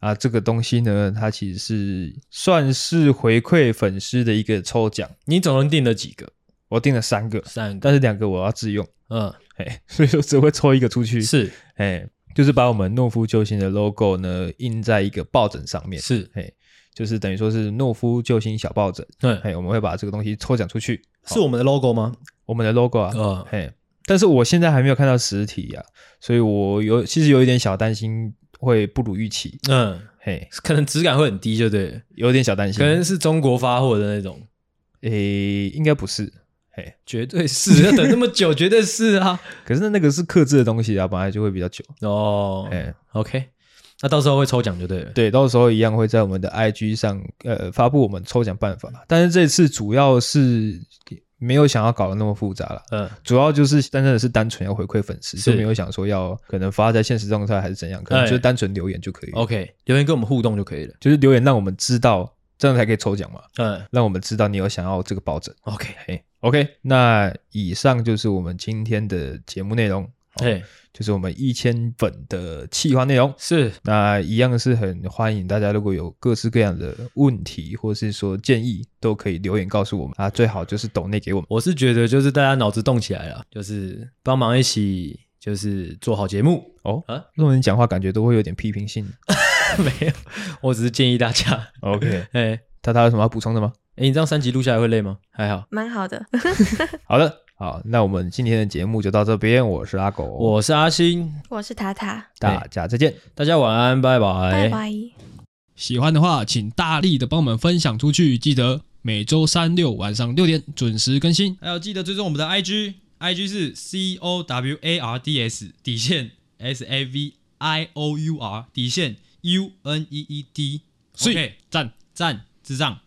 [SPEAKER 1] 啊，这个东西呢，它其实是算是回馈粉丝的一个抽奖，
[SPEAKER 2] 你总共定了几个？
[SPEAKER 1] 我订了三个，
[SPEAKER 2] 三个。
[SPEAKER 1] 但是两个我要自用，
[SPEAKER 2] 嗯，
[SPEAKER 1] 哎， 所以说只会抽一个出去，
[SPEAKER 2] 是
[SPEAKER 1] 哎，就是把我们懦夫救星的 logo 呢印在一个抱枕上面，
[SPEAKER 2] 是，
[SPEAKER 1] 哎，就是等于说是懦夫救星小抱枕，
[SPEAKER 2] 嗯，
[SPEAKER 1] 嘿，我们会把这个东西抽奖出去，
[SPEAKER 2] 是我们的 logo 吗？
[SPEAKER 1] 我们的 logo 啊，
[SPEAKER 2] 呃，
[SPEAKER 1] 嘿，但是我现在还没有看到实体啊，所以我有其实有一点小担心会不如预期，
[SPEAKER 2] 嗯，
[SPEAKER 1] 嘿，
[SPEAKER 2] 可能质感会很低，就对了，
[SPEAKER 1] 有点小担心，
[SPEAKER 2] 可能是中国发货的那种。
[SPEAKER 1] 诶，应该不是，嘿，
[SPEAKER 2] 绝对是，要等那么久，绝对是啊。
[SPEAKER 1] 可是那个是克制的东西啊，本来就会比较久，
[SPEAKER 2] 哦、
[SPEAKER 1] 哎，
[SPEAKER 2] o k 那到时候会抽奖就对了。
[SPEAKER 1] 对，到时候一样会在我们的 IG 上呃发布我们抽奖办法，但是这次主要是没有想要搞得那么复杂了。
[SPEAKER 2] 嗯，
[SPEAKER 1] 主要就是真的是单纯要回馈粉丝，
[SPEAKER 2] 是
[SPEAKER 1] 就没有想说要可能发在现实状态还是怎样，可能
[SPEAKER 2] 哎哦
[SPEAKER 1] 就是单纯留言就可以了。
[SPEAKER 2] OK，留言跟我们互动就可以了。
[SPEAKER 1] 就是留言让我们知道，这样才可以抽奖嘛，
[SPEAKER 2] 嗯
[SPEAKER 1] 让我们知道你有想要这个抱枕。
[SPEAKER 2] ，OK，
[SPEAKER 1] 嘿，OK，那以上就是我们今天的节目内容，
[SPEAKER 2] 嘿，
[SPEAKER 1] 就是我们一千粉的企划内容。
[SPEAKER 2] 是
[SPEAKER 1] 那一样是很欢迎大家，如果有各式各样的问题或是说建议，都可以留言告诉我们啊，最好就是抖内给我们。
[SPEAKER 2] 我是觉得就是大家脑子动起来了，就是帮忙一起就是做好节目。
[SPEAKER 1] 哦
[SPEAKER 2] 啊
[SPEAKER 1] 如果你讲话感觉都会有点批评性。
[SPEAKER 2] 没有，我只是建议大家。
[SPEAKER 1] OK，
[SPEAKER 2] 哎、
[SPEAKER 1] 他他有什么要补充的吗？
[SPEAKER 2] 哎，你这样三集录下来会累吗？还好，
[SPEAKER 3] 蛮好的。
[SPEAKER 1] 好的，好，那我们今天的节目就到这边，我是阿狗，
[SPEAKER 2] 我哎是阿星，
[SPEAKER 3] 我是塔塔，
[SPEAKER 1] 大家再见。
[SPEAKER 2] 大家晚安，拜拜。
[SPEAKER 3] 拜拜。
[SPEAKER 4] 喜欢的话，请大力的帮我们分享出去。记得每周三六晚上六点准时更新，
[SPEAKER 2] 还有记得追踪我们的 IG， ，IG 是 C O W A R D S 底线 S A V I O U R 底线 U N E E D，
[SPEAKER 5] 所以
[SPEAKER 2] 赞赞智障，